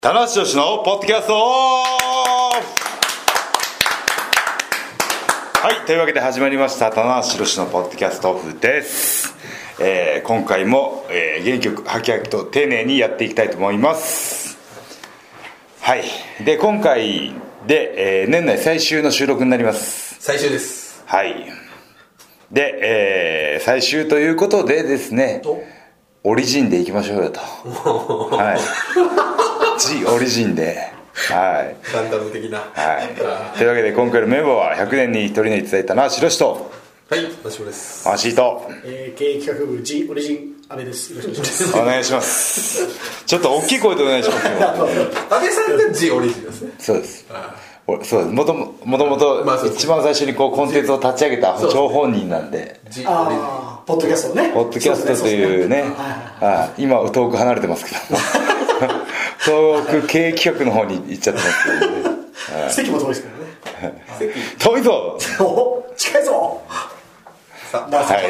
棚橋氏のポッドキャストオフはいというわけで始まりました棚橋氏のポッドキャストオフです、えー今回も、えー、元気よくハキハキと丁寧にやっていきたいと思いますはいで今回で、えー年内最終の収録になります最終ですはいで、えー最終ということでですねおオリジンでいきましょうよとはいジオリジンではいガンダム的なははい、というわけで今回のメンバーは100年に一人に伝えたのは白石といマシモですマシートえー、経営企画部 G オリジン阿部ですよろしくお願いしますお願いしますちょっと大きい声でお願いしますよ安倍さんが G オリジンですねそうですおそうですもとももともまあそとうです一番最初にこうコンテンツを立ち上げたそうです張本人なんで G オリジンああポッドキャストねポッドキャストというねはい今遠く離れてますけど遠く経営企画の方に行っちゃってますけどね席も遠いですからね遠いぞお近いぞさだからはい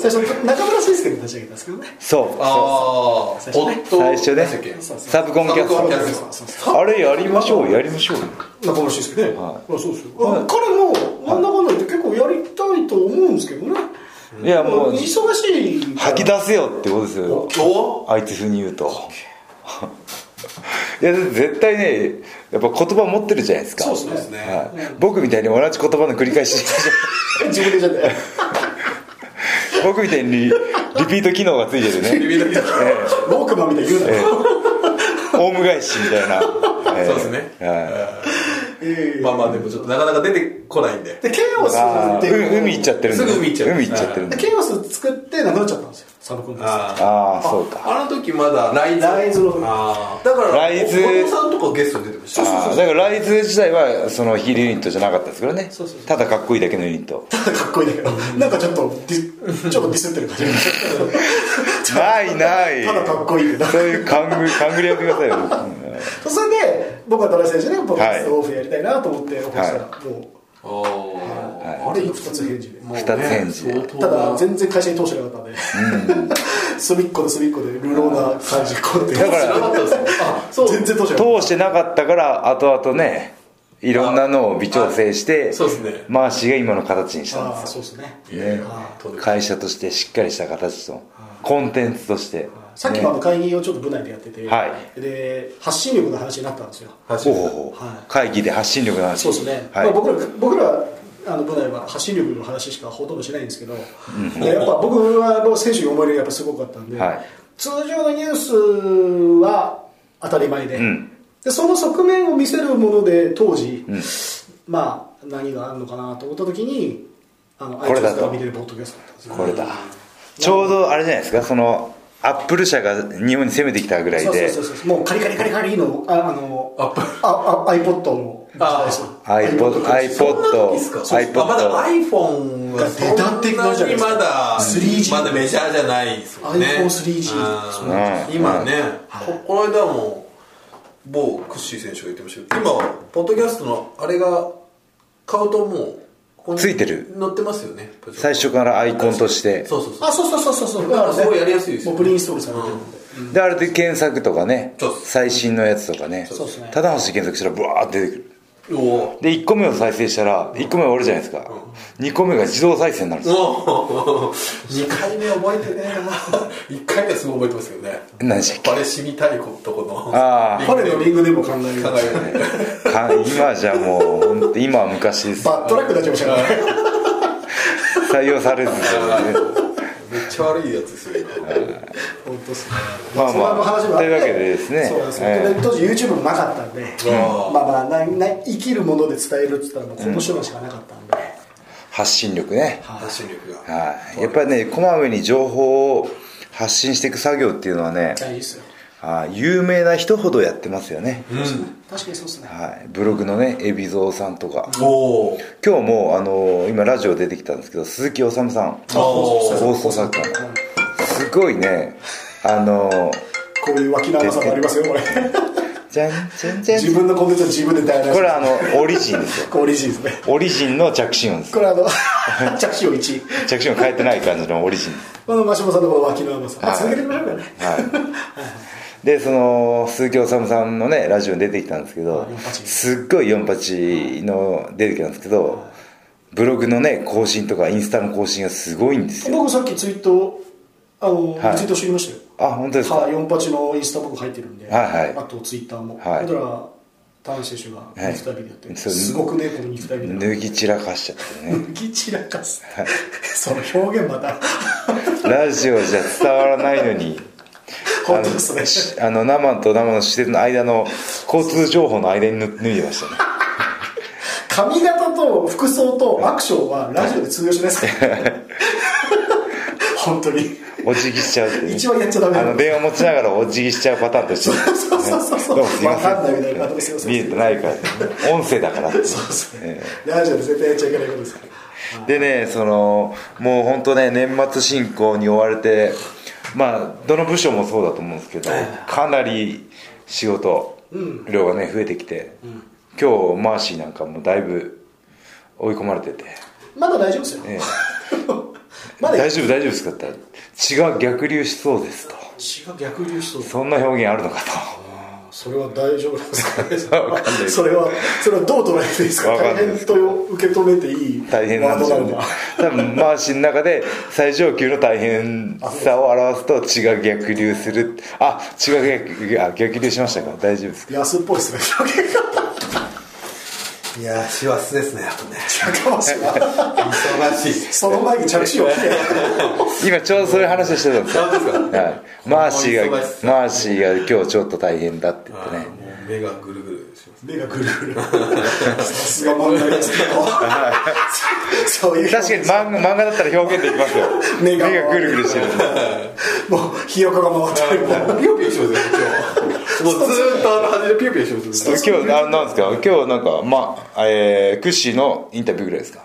最初中村システム立ち上げたんですけどねそうああそうそ最う初ねサブコンキャスサブコンキトャスそうそうそあれやりましょうやりましょうよう中村システムね、はあそうですよ、あ彼もなんだかんだ言って結構やりたいと思うんですけどねいやもう忙しい吐き出せよってことですよおあいつ風に言うといや絶対ねやっぱ言葉持ってるじゃないですかそうですねねはい、僕みたいに同じ言葉の繰り返し自分でじゃね 僕みたいにリピート機能がついてるねビビビビロークマンみたいに言うなよ、オウム返しみたいな、ええそうですねはえーまあまあでもちょっとなかなか出てこないんででケイオスいあっていうーう海行っちゃってるんですぐ海行っちゃう海行っちゃってるんででケイオス作ってなくなっちゃったんですよサブコンですああああそうかあの時まだライズライズのああだからライズお子さんとかゲストに出てましたあーだからライズ自体はそのヒールユニットじゃなかったですけどねそうそうそうただかっこいいだけのユニットただかっこいいんだけど、なんかちょっとディス、ちょっとディスってる感じ。ないないただかっこいいけどそういう勘ぐ勘ぐりやってくださいよ、うんそれで、僕はドラ選手ね、ポッドキャストオフやりたいなと思って、オファーしたら、はもおう、ーあれ、一つ返事で。もうね二つ返事で相当たなだ、全然会社に通してなかったんで、隅っこで隅っこで、流浪な感じ、こうやっだかて。知らなかったですねあそう全然通してなかっ通してなかったから後々ねいろんなのを微調整してあそうですねマーシーが今の形にしたた。あんあ、ですそうですね。えーとんよでもない会社としてしっかりした形とコンテンツとしてさっきもあの会議をちょっと部内でやってて、はいで、発信力の話になったんですよ。初ほうめてほうほうはい会議で発信力の話そうですね、はいまあ、僕ら僕らあの部内は発信力の話しかほとんどしないんですけど、いややっぱ僕は選手に思い入れがやっぱすごかったんで、はい通常のニュースは当たり前で,、んでその側面を見せるもので当時、まあ何があるのかなと思った時にあのこれだと iTunes から見れるポッドキャストだったんですよこれだちょうどあれじゃないですかそのアップル社が日本に攻めてきたぐらいそうでそうそうそうもうカリカリカリカリのああのアップああ iPod の時代ですよあ iPod そんな時ですか iPod そうですあまだ iPhone がが出たてなんじゃないですかそんなにまだ 3G まだメジャーじゃないですもんねあ iPhone3G ーそうなんです今ね、ここの間も某クッシー選手が言ってましたけど今ポッドキャストのあれが買うともうここについてる載ってますよね最初からアイコンとしてそうそうそうあそうそうそうそうそうだからすごいやりやすいですよもうプリインストールされてるんで、であれで検索とかねそうっす最新のやつとかねそうっすねただし検索したらブワーって出てくるおーで1個目を再生したら1個目は終わるじゃないですか2個目が自動再生になるんですよお2回目覚えてねえな1回目はすごい覚えてますけどね何でしたっバレシミたいことこのあーリンパグレでのリングでも考える考えるねけか今じゃもう本当今は昔です バットラックになっちゃいましたからね採用されずですよねめっちゃ悪いやつですよ今本当っすねまあまあそんな話もあってというわけでですねそうなんですよ、ええで当時 YouTube もなかったんで、んまあまあなな生きるもので伝えるっつったらもうこの手段しかなかったんで、発信力ね発信力がはいやっぱりねこまめに情報を発信していく作業っていうのはね大事ですよあー有名な人ほどやってますよね、確かにそうっすねはい、ブログのね海老蔵さんとかおー今日もあのー今ラジオ出てきたんですけど鈴木おさむさんおー放送作家すごいねあのーこういう脇の甘さもありますよこれじゃんじゃんじゃん 自分のコンテンツは自分で大事これあのオリジンですよこれオリジンですねオリジンの着信音ですこれあの 着信を1着信音変えてない感じのオリジンですこの真下さんのこの脇の甘さ、まあはい続けてみましょうかねはいでその鈴木おさむさんのねラジオに出てきたんですけどあ48すっごい48の出てきたんですけどブログのね更新とかインスタの更新がすごいんですよ僕さっきツイートあの、はいツイートしてきましたよあ本当ですかはい、48のインスタ僕入ってるんで、はいはいあとツイッターも、はいだから田辺選手が肉体美でやって、はいそうすごくねこの肉体美で脱ぎ散らかしちゃってね 抜き散らかす、その表現ま たラジオじゃ伝わらないのに本当ですねしあの生と生の視点の間の交通情報の間に脱脱いでましたね髪型と服装とアクションはラジオで通用しないですから 本当にお辞儀しちゃうっていうね一番やっちゃダメあなのので電話持ちながらお辞儀しちゃうパターンとしてそうそうそうそうどうもすいませんわかんないみたいな感じですよ見えてないから音声だからってそうですね、ラジオで絶対やっちゃいけないことですからでねそのもう本当ね年末進行に追われてまあどの部署もそうだと思うんですけどかなり仕事量がね増えてきて、今日マーシーなんかもだいぶ追い込まれててまだ大丈夫ですよ、え まだ違大丈夫大丈夫ですかって言ったら違う逆流しそうですとう逆流しそうそんな表現あるのか それは大丈夫なんですかね わかんないそれはそれはどう捉えていいですかわかん大ないで変すと受け止めていいと大変なんでしょうねワー多分マーシーの中で最上級の大変さを表すと違う逆流するあ違う逆流あ逆流しましたか大丈夫ですドなんだ安っぽい ですね表現いやー師走ですねやっぱねがかもしれない忙しい その前に着手を切れ今ちょうどそういう話をしてたんですよ、本当ですかはい、マーシーが忙しマーシーが今日ちょっと大変だって言あってねーもう目がぐるぐるします目がぐるぐるさすが漫画家ですけどそういう確かに漫画漫画だったら表現できますよ 目目ががぐるぐるしてる もうひよこが回ってるピヨピヨしますよ今日もうずーっとあの端でピヨピヨしますよ今日あなんですか今日なんかまあえー、クッシーのインタビューぐらいですか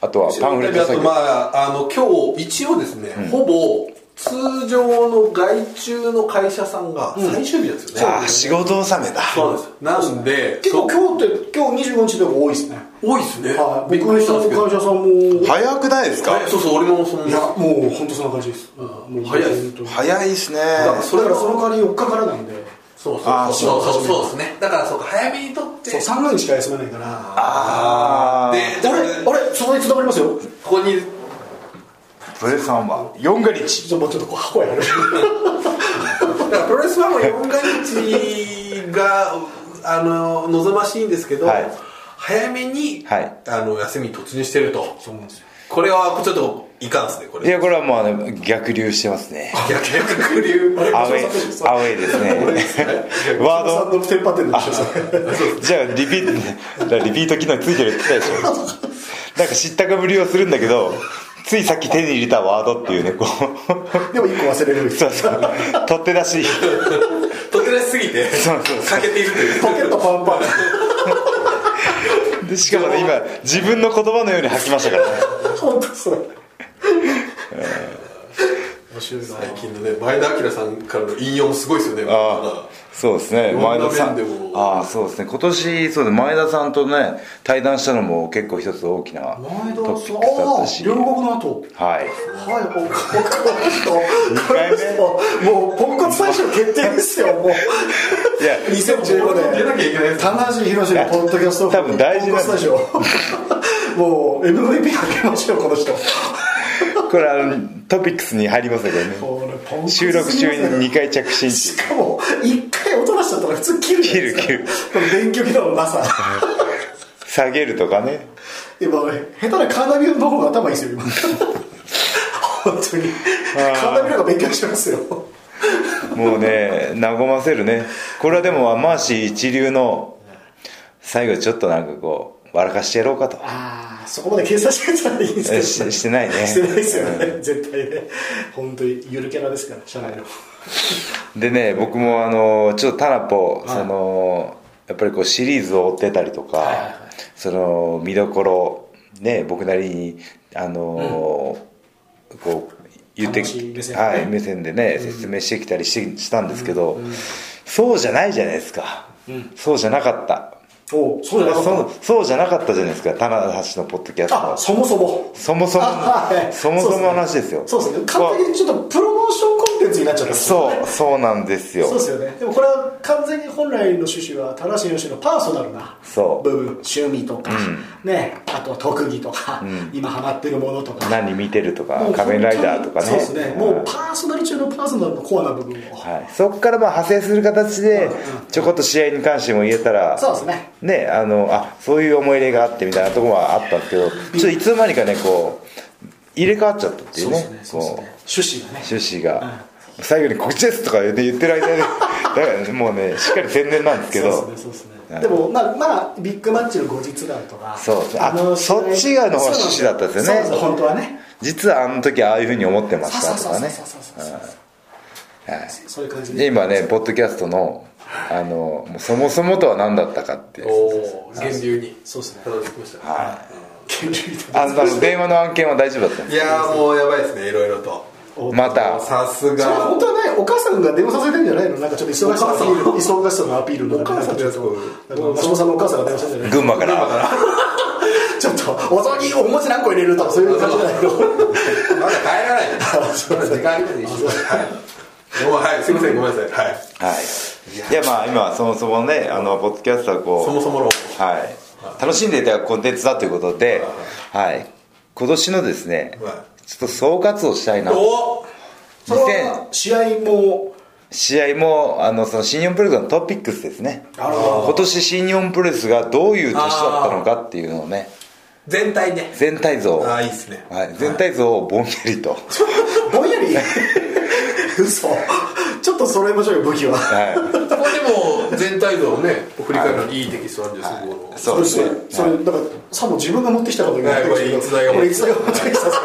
あとはパンフレットあと作ま業ああの今日一応ですね、ほぼ通常の外注の会社さんが最終日なんですよね、あー仕事納めだそうなんですなんで結構今日って今日25日でも多いですね多いですねはいびっ僕くのりしたんですけど会社さんも早くないですかえそうそう俺もそんいやなもう本当そんな感じですうんもう早いです本当に早いですねそれからその代わり4日からなんでそうそうあーそうそうそうそうですねだからそうか早めにとってそう3月しか休めないからあでーじゃああれあれそこにつながりますよここにプレさんは4が日ちょっともうちょっとこう箱やるだからプロレスはもう4が日があの望ましいんですけど、はい早めに、はいあの休みに突入してるとそうなんですよこれはちょっといかんですねこいれやこれはもうあの逆流してます ね逆逆流 アウェイアウェイですね ワードさんのテンパってるんでしょそれじゃあリピートリ ピート機能ついてるって言ったでしょなんか知ったかぶりをするんだけどついさっき手に入れたワードっていうねこう でも1個忘れるそうそう取って出しとて出しすぎてそうそう欠けているというポケットパンパンでしかもね今自分の言葉のように吐きましたからね本当それ面白いな最近のね前田明さんからの引用もすごいですよねああそうですねいろ前んな田さ面んでもああそうですね今年そうですね前田さんとね対談したのも結構一つ大きなト前田ピさックスだったしんああ両国の後はいはい、ポンコツポ回目ンコツもうポンコツ最初の決定ですよもういや2015出年なきゃいけないです棚橋宏のポッドキャスト多分大事なんポンコツ大賞もう MVP かけましょうこの人これあのトピックスに入りますねこれねこれポンコツすぎ収ます録ね中に2回着信っていうしかも1回音がしちゃったら普通切るじゃないですか切る切るこの電球機能のなさ下げるとかね今俺下手なカーナビの方が頭いいですよ今本当にカーナビの方が勉強してますよもうね和ませるねこれはでもマーシー一流の最後ちょっとなんかこう笑かしてやろうかとああそこまで計算してたらいいんですけえどししてないねしてないですよね、絶対ね本当にゆるキャラですから社内のでね僕もあのちょっとタナポ、そのやっぱりこうシリーズを追ってたりとか、その見どころね僕なりにあの、こう言って楽しい目線でねはい、目線でね説明してきたりししたんですけど、そうじゃないじゃないですか、そうじゃなかったおそうじゃなかっそうそうじゃなかったじゃないですか棚橋のポッドキャストたあはそもそもそもそもあはいそもそもの話ですよそうですねそうですね完璧にちょっとプロモーションコンテンツになっちゃったんですよそうそうなんですよそうですよねでもこれは完全に本来の趣旨は田中義のパーソナルなそう部分趣味とか、ねあとは特技とか、今ハマってるものとか何見てるとかもう仮面ライダーとかねそうですねもはういパーソナル中のパーソナルのコアな部分を、はい、そこからまあ派生する形でちょこっと試合に関しても言えたらそうですねねあのあそういう思い入れがあってみたいなところはあったんですけどちょっといつの間にかねこう入れ替わっちゃったっていそううですねねそうですこね趣旨がねう趣旨が最後に「告知です」とか言って言ってる間にだからもうねしっかり宣伝なんですけそうどですねそうですね、はいでもまあまあビッグマッチの後日談とかそうあ試合そっちがの方が趣旨だったんですよねそうなんですよ本当はね実はあの時ああいうふうに思ってましそたうとそうかそうねそうそうそうそうそういう感じで今ねポッドキャストのあのもうそもそもとは何だったかっていうおお源流にそうですねたどり着きました、研究員とかあのあの電話の案件は大丈夫だったんでい、やーもうやばいですねいろいろとすまたさすそれはが本当はねお母さんが電話させてんじゃないのなんかちょっと忙しさのアピール忙しさのアピールのお母さんでのやつこ松本さんのお母さんが電話させてんじゃない群馬からちょっとお雑煮お餅何個入れるとかそういう感じじゃないのまだ帰らないまだ時間ありますね一緒にはいもうはいすいませんごめんなさいはいはいいやまあ今そもそもねあのポッドキャストはこうそもそも論はい楽しんでいただくコンテンツだということではい今年のですねはちょっと総括をしたいなおおそれは試合も試合もあのその新日本プロレスのトピックスですねなるほど今年新日本プロレスがどういう年だったのかっていうのをね全体ね全体像をああはいいっすねい全体像をぼんやりとぼんやり嘘ちょっと揃えましょうよ武器ははこれでも全体像をね振り返るのにいいテキストなんですよこいのそうですねそれだからさも自分が持ってきたことになってるんですけはいどここれれ逸逸材が持ってきた か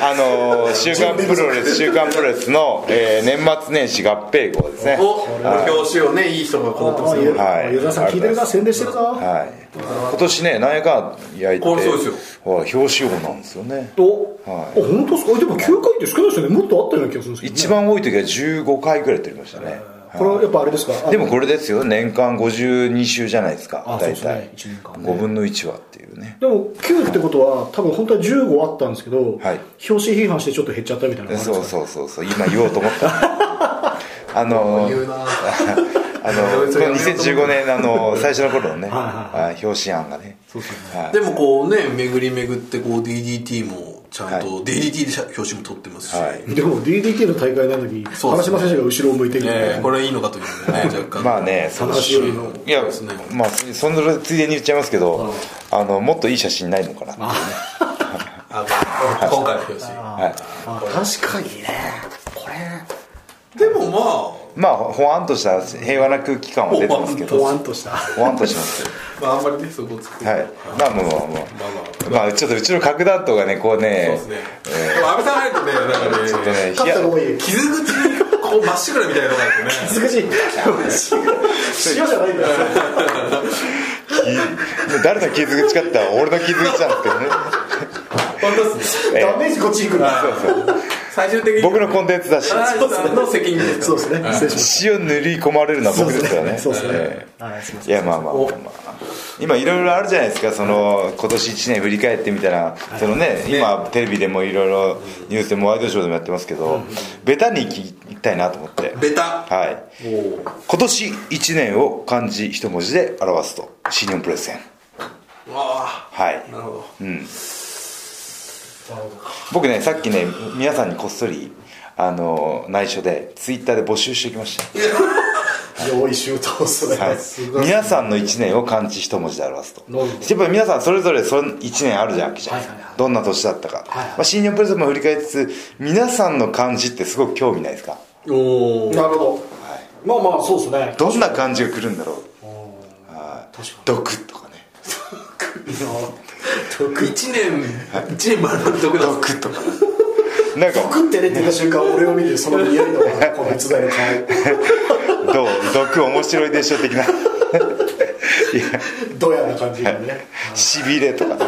らあのー週刊プロレス週刊プロレスの、えー年末年始合併号ですねお表紙をねいい人がこうってますよはい与田さん聞いてるな宣伝してるぞはい今年ね何やかんやいてこれそうですほら表紙号なんですよねお、はあ本当ですかあでも9回って少ないですよねもっとあったような気がするんですけど、ね、一番多い時は15回ぐらい取りましたねこれはやっぱあれですかあでもこれですよ年間52週じゃないですかあそう大ですね体一年間ね5分の1はっていうねでも9ってことは多分本当は15あったんですけど、はい表紙批判してちょっと減っちゃったみたいなのがあるんそでうすかそうそうそう今言おうと思ったあの言ーうなあの ーこの2015年あのー最初の頃のねはいはい表紙案がねはいでもこうね巡り巡ってこう DDT もちゃんはと DDT で表紙も撮ってますし、はいでも DDT の大会なのにそう花ですね島選手が後ろを向いてるみたいねな、これいいのかというね若干まあねその話よりもいやすねまあそのついでに言っちゃいますけどあのもっといい写真ないのかなあまあ今回の表紙はいあ確かにねこれでもままあほわんとした平和な空気感は出てますけどポワンとしたほわんとしますあ、まあ、あんまりねそこつくはいまあまあまあままあまああまあちょっとうちの核弾頭がねこうそうねですね、でも安倍さん入るとねなんかねちょっとねひ勝っやたのがいい傷口にこうまっしぐらみたいなのがあってね難しい塩じゃないんだよ誰の傷口かって言ったら俺の傷口なんですけどね本当っすねダメージこっちに行くんだ最終的に僕のコンテンツだし安倍さんの責任ですそかうらですね失礼しま塩塗り込まれるのは僕ですからねすそうですねええはいすいまいせんやまあまあまあまあ今いろいろあるじゃないですかその今年1年振り返ってみたらそのね今テレビでもいろいろニュースでもワイドショーでもやってますけどベタに行きたいなと思ってベタはいおお今年1年を漢字一文字で表すと新日本プロレス戦わはいあなるほど僕ねさっきね皆さんにこっそりあの内緒でツイッターで募集してきました用意周到それはいすごい皆さんの1年を漢字一文字で表すとなるほやっぱり皆さんそれぞれその1年あるじゃんわけじゃん、はいはいはいどんな年だったか、はいはいまあ、新日本プロレスも振り返りつつ皆さんの漢字ってすごく興味ないですかおおなるほど、まあまあそうですねどんな漢字が来るんだろう確か毒とかね一年一年丸の毒だ毒とかなんかに食ってねって言った 瞬間俺を見てその見えるのがこの逸材の顔どう毒面白いでしょ的 ないやドヤな感じが ねしびれとかね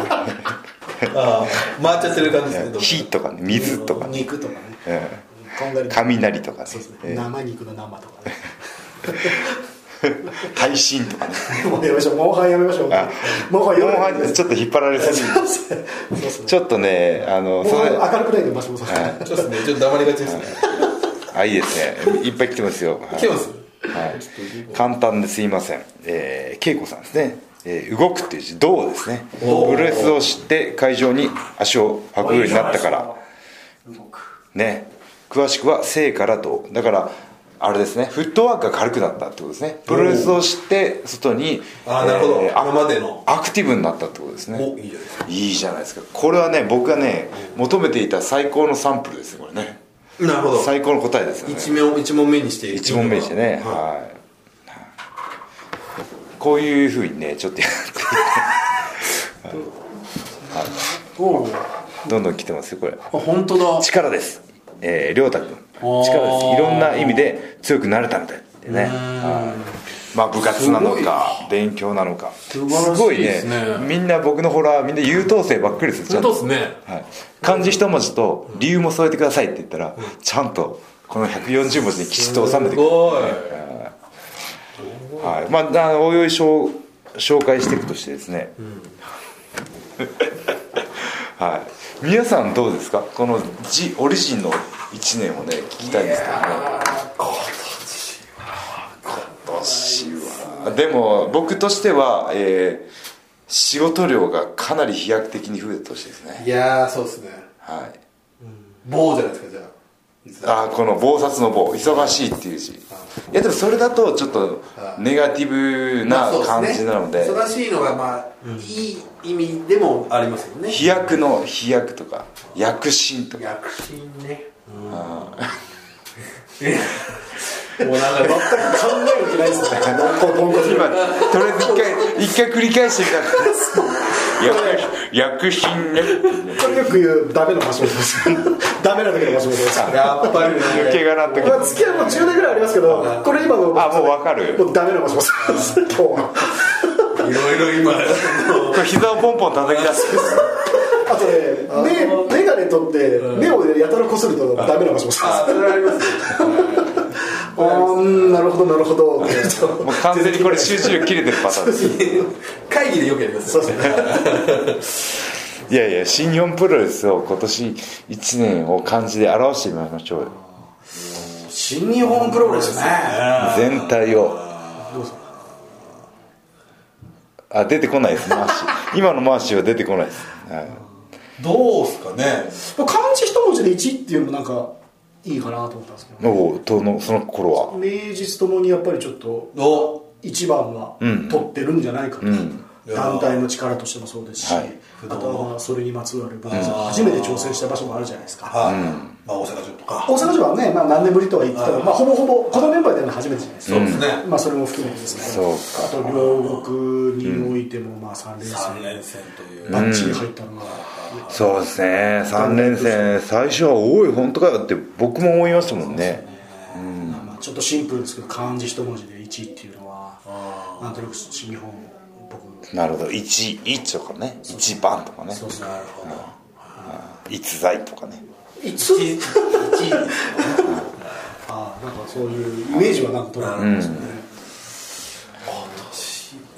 ああ回っちゃってる感じですね火とかね水とかね、肉とかねうんこんがり雷とかねそうですねえ生肉の生とかねー配信とかねもうやめましょうモンハンやめましょうあモンハンやモンハめまンしょちょっと引っ張られすぎうそうですねちょっとねあのモンそれハン明るくないでマシモさんちょっとねちょっと黙りがちですねあいいですねいっぱい来てますよ、はい、来てますはい、簡単ですいません、えー、恵子さんですね、えー動くっていう字動ですねプロレスを知って会場に足を運ぶようになったから動くね詳しくは生からとだからあれですねフットワークが軽くなったってことですねプロレスを知って外にあーなるほどあ今までのアクティブになったってことですねおいいじゃないですかいいじゃないですかこれはね僕がね求めていた最高のサンプルですねこれねなるほど最高の答えですよね一問一問目にして一問目にしてね、ははいこういうふうにねちょっとやっていおうどんどん来てますよこれあ本当だ力ですえー、亮太君力ですいろんな意味で強くなれたみたいでね、はい、まあ部活なのか勉強なのかす素晴らしいですねごいみんな僕のホラーみんな優等生ばっかりです本よ当ですねはい、漢字一文字と理由も添えてくださいって言ったら、ちゃんとこの140文字にきちっと収めてくれる、おいはいまあ、あのおよいしょう紹介していくとしてですね、はい皆さんどうですかこのジオリジンの1年をね聞きたいんですけどね今年はでも僕としては、えー仕事量がかなり飛躍的に増えた年ですねいやーそうですねはい棒じゃないですかじゃああーこの暴殺の棒忙しいっていう字いやでもそれだとちょっとネガティブまなあそうですね感じなので忙しいのがまあいい意味でもありますよね飛躍の飛躍とか躍進とか躍進ねうんもうなんか全く考える気ないですねポンコツ今とりあえず一回一回繰り返してみた躍躍進ねこれよく言うダメな場所ですダメな時の場所ですやっぱりね抜け殻の時まあ、付き合いもう10年ぐらいありますけどこれ今あのもう分かるもうダメな場所です今日はいろいろ今これ膝をポンポン叩き出すあとね目眼鏡取って目をやたらこするとダメな場所ですあそれはありますあーなるほどなるほどもう完全にこれ集中力切れてるパターンですね会議でよくやりますそうよですねいやいや新日本プロレスを今年1年を漢字で表してみましょうよ新日本プロレスね全体をあ出てこないですマーシー今のマーシーは出てこないです、はどうすかね漢字一文字で1っていうのもなんかいいかなと思ったんですけい、おうとのその頃どは名実ともにやっぱりちょっとど一番は取ってるんじゃないかと、団体の力としてもそうですし、はいあとはそれにまつわる部分初めて挑戦した場所もあるじゃないですうかはいまあ大阪城とか大阪城はね、まあ、何年ぶりとは言ってたら、まあ、ほぼほぼこのメンバーでやるの初めてじゃないですか、そうですねまあ、それも含めてですねそうあと両国においてもまあ3連三戦連戦というバッチリ入ったのが、そうですね3連戦最初は多い本当かよって僕も思いましたもんねまあ、ちょっとシンプルですけど漢字一文字で1っていうのはなんとなく新日本僕なるほど11とかね1番とかねそうそうなるほど逸材とかね一一ああなんかそういうイメージはなんか取られるんですよね、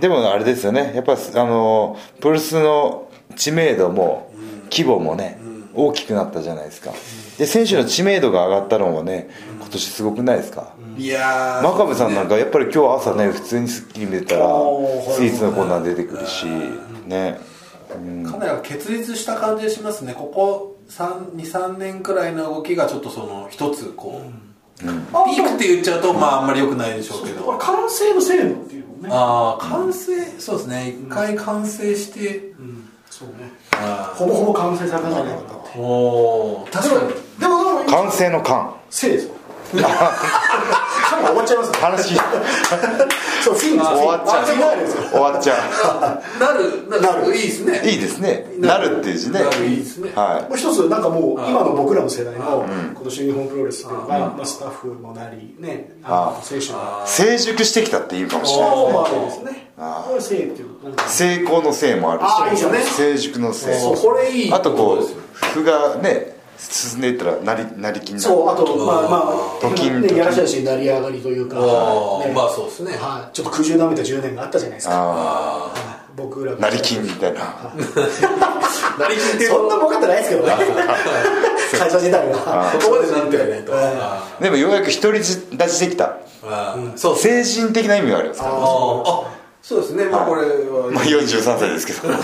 でもあれですよねやっぱあのプロレスの知名度も規模もね、大きくなったじゃないですか、で選手の知名度が上がったのもね今年すごくないですか、 いやー真壁さんなんかやっぱり今日朝ね普通に『スッキリ』見てたらおースイーツのコーナー出てくるしねかなり結実した感じがしますねここ23年くらいの動きがちょっとその一つこう、ピークって言っちゃうとまああんまりよくないでしょうけこれど完成のせいのっていうのもねああ完成そうですね一回完成して、そうねあほぼほぼ完成されたんじゃないかなってーおお確かにでもでも完成の感せいですよ缶が終わっちゃいますよ話そうフィンです終わっちゃうフィンフィンがあるんですよ終わっちゃなるなるなるいいですねういいですねなるっていう字ねなるいいですねはもう一つなんかもう今の僕らの世代のこの新日本プロレスっていうのがまあスタッフもなりねあの選手もい、成熟してきたっていうかもしれないそうですねこれせいっていうのなんか成功のせいもあるしあーいいですね成熟のせいそうこれいいあとそこですよう歩がね進んでいったらなりなりきになるそうあとまあまドキあンねとやらしいし成り上がりというかあーねまあそうですねはいちょっと苦渋なめた10年があったじゃないですかあはい僕らーがなりきんみたいななりきってそんな儲かってないですけどね会社自体あはそこまでなんてはねとはいあでもようやく独り立ちできたあそう精神的な意味があるんですからああそうですねまあこれはまあ43歳ですけ ど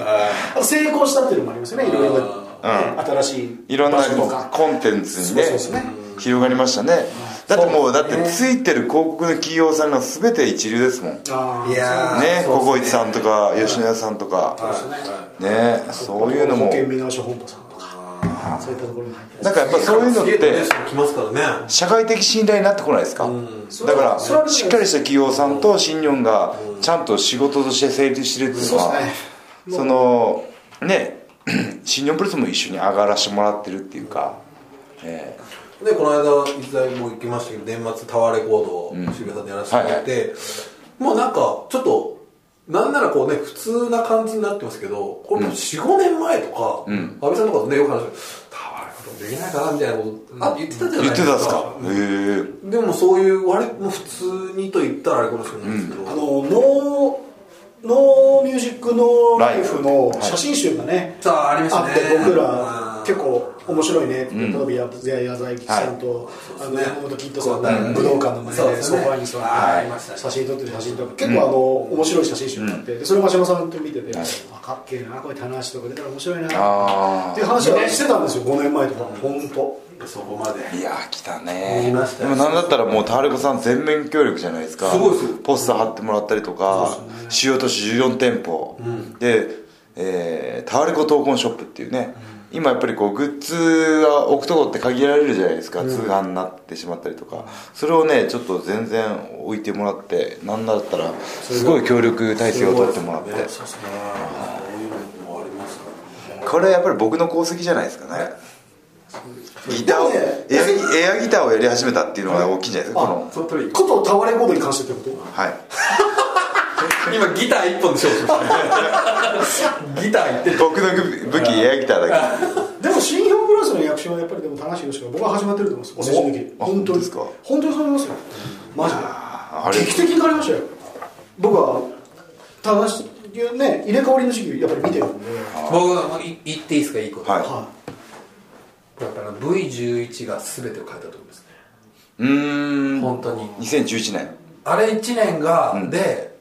あと成功したっていうのもありますよねいろいろね新しいいろんな場所とかコンテンツにねそうですね広がりましたねだってもうだそうっですてねついてる広告の起用されるのは全て一流ですもんねあーいやーそうですねココイチさんとか吉野家さんとかはねそういうのも保険見直し本舗さんとかそういったところも入ってなんかやっぱいそういうのっすげえねてそう来ますからね社会的信頼になってこないですか、だかそれはらねしっかりした企業さんと新日本がちゃんと仕事として成立してるっていうのはそうですねそのね 新日本プロレスも一緒に上がらせてもらってるっていうか、ええでこの間一材も行きましたけど年末タワーレコードを渋谷さんでやらせてもらって、もうなんかちょっとなんならこうね普通な感じになってますけどこれもう45年前とか、安倍さんとかとねよく話してタワーレコードできないかなみたいなことあ言ってたじゃない言っですてかたんですか、へえでもそういう割もう普通にと言ったらあれかもしれないですけど、あのノーノーミュージックノーライフのはい写真集がね、さあありましたあねって僕うらん結構面白いねって例えば矢沢永吉さんはといあそうのですね山本キッドさんが武道館のそう前でですソねファーに座あーありまっしたてね写真撮ってる写真とか結構あの面白い写真集があってでそれも島さんと見ててあかっけえなこれ棚橋とか出たら面白あいーなっていう話はしてたんですよ5年前とか本当そこまでいやー来たね見ましたでもよなんだったらもうタレコさん全面協力じゃないですかすごいですよポスター貼ってもらったりとか、主要都市14店舗、で、えー、タワレコ闘魂ショップっていうね、今やっぱりこうグッズは置くとこって限られるじゃないですか、通販になってしまったりとかそれをねちょっと全然置いてもらってなんだったらすごい協力体制を取ってもらってそうですねそういうのもありますからねこれやっぱり僕の功績じゃないですかねギターをでもねエアギエアギターをやり始めたっていうのが大きいんじゃないですかこのその通りことタワレコードに関してってことはい今ギター一本で勝負しました ギターいってる僕の武器エアギターだけでも新日本プロレスの役所はやっぱりでも田中宏が僕は始まってると思いますお世辞抜きおあ本当本当にですか本当にそう思いますよマジあれで劇的に変わりましたよ僕は田中宏ね入れ替わりの時期やっぱり見てるんで僕は言っていいですかいいことはいはだから V11 が全てを変えたと思いますねうーん本当に2011年あれ1年が、んで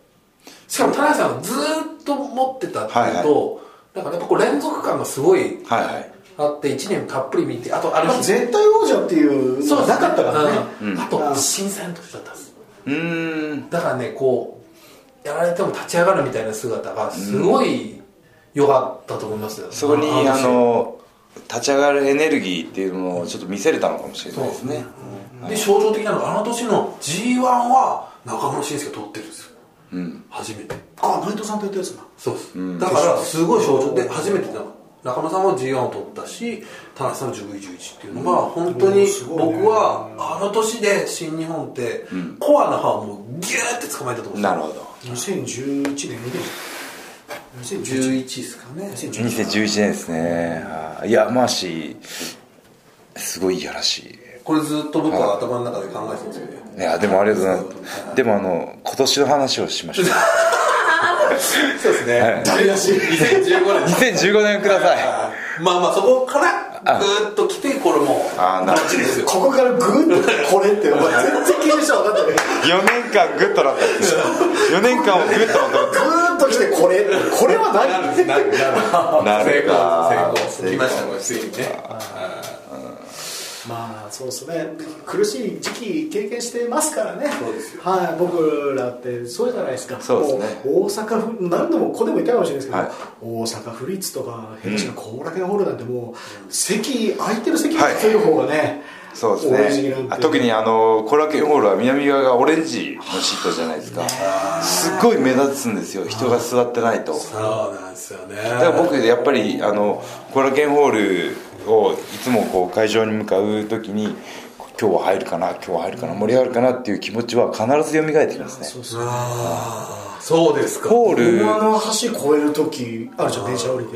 しかも田中さんがずーっと持ってたっていうと、なんかやっぱこう連続感がすごいはいはいあって1年たっぷり見てあとあいれまあ絶対王者っていうのそうはなかったからねうんあうとん審査の時だったんですうーんだからねこうやられても立ち上がるみたいな姿がすごい良かったと思いますよ、そこにのあの立ち上がるエネルギーっていうのをちょっと見せれたのかもしれそなういでですすねね、で象徴的なのがあの年の g 1は中村慎介が取ってるんですよ、初めてあ内藤さんとやったやつだそうです、だからすごい象徴で初めてなの中村さんも g 1を取ったし田中さんも1 0 1 1っていうのが本当にすごいね僕はあの年で新日本ってコアなファンをもうギューって捕まえたと思うんなるほど2011年見てる2011 11ですかね2011 2011年ですねはいいやまあしすごいいやらしいこれずっと僕は頭の中で考えてたんですけいどやでもありがとうございますでもあの今年の話をしましょうそうですね、はい台無し2015年2015年くださいまあまあそこからあぐーっと来てこれもあーなるほどマジですよここからグーッとこれってお前全然経営者分かってない4年間グッとなったって4年間をグッとなったグーッときてこれこれはな何るなるなるか成功成功来ましたこれついにねまあそうですね苦しい時期経験してますからねそうですよはい、僕らってそうじゃないですかそうですねもう大阪府何度もここでも言ったかもしれないですけど、はい大阪府立とか弊社の後楽園ホールなんてもう席空いてる席がついる方がね、そうでオレンすねジなんてあ特にあのコラケホールは南側がオレンジのシートじゃないですかすっごい目立つんですよ人が座ってないとそうなんですよねだから僕やっぱりあのコラケホールをいつもこう会場に向かう時に今日は入るかな今日は入るかな盛り上がるかなっていう気持ちは必ず蘇ってきますねそうそうああそうですかホール馬の橋越える時あるじゃん電車降り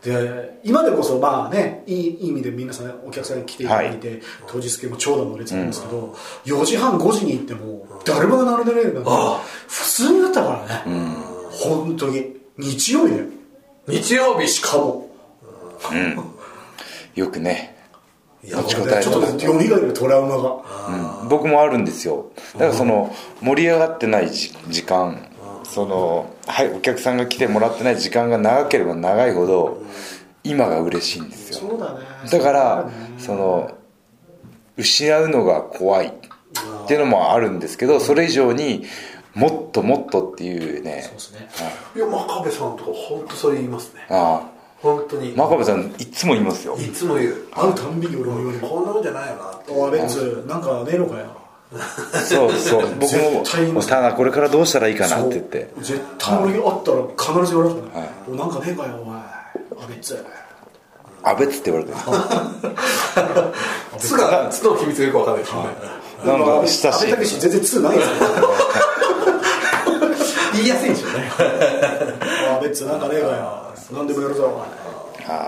て、で今でこそまあねいいいい意味で皆さんお客さんに来ていただいて、当日券も長蛇の列なんですけど、4時半5時に行っても誰もが並んでないんだああ普通になったからね、本当に日曜日だよ日曜日しかもよくねい持ちこちょたえっとたね、よみがえるトラウマが。僕もあるんですよだからその盛り上がってないじ時間そのはいお客さんが来てもらってない時間が長ければ長いほど今が嬉しいんですよそうだね。だからその失うのが怖いっていうのもあるんですけどそれ以上にもっともっとっていうねそうですね。いや真壁さんとか本当それ言いますねああ本当に真壁さんいつも言いますよいつも言う会うたんびに俺も言われる。こんなもんじゃないよなっておい、ベンツ、なんかねえのかよ。そうそう僕も絶対言「いおますただこれからどうしたらいいかな」って言ってそう絶対俺会ったら必ず言われるからね。おいなんかねえかよ、お前。あ、ベンツ。 「阿部」っつって言われてるつがつの秘密がよくわかんないですよねなんか親し阿部い武史全然2ないですよね。 言いやすいんですよねあベッツなんかねえかよ何でもやるぞお前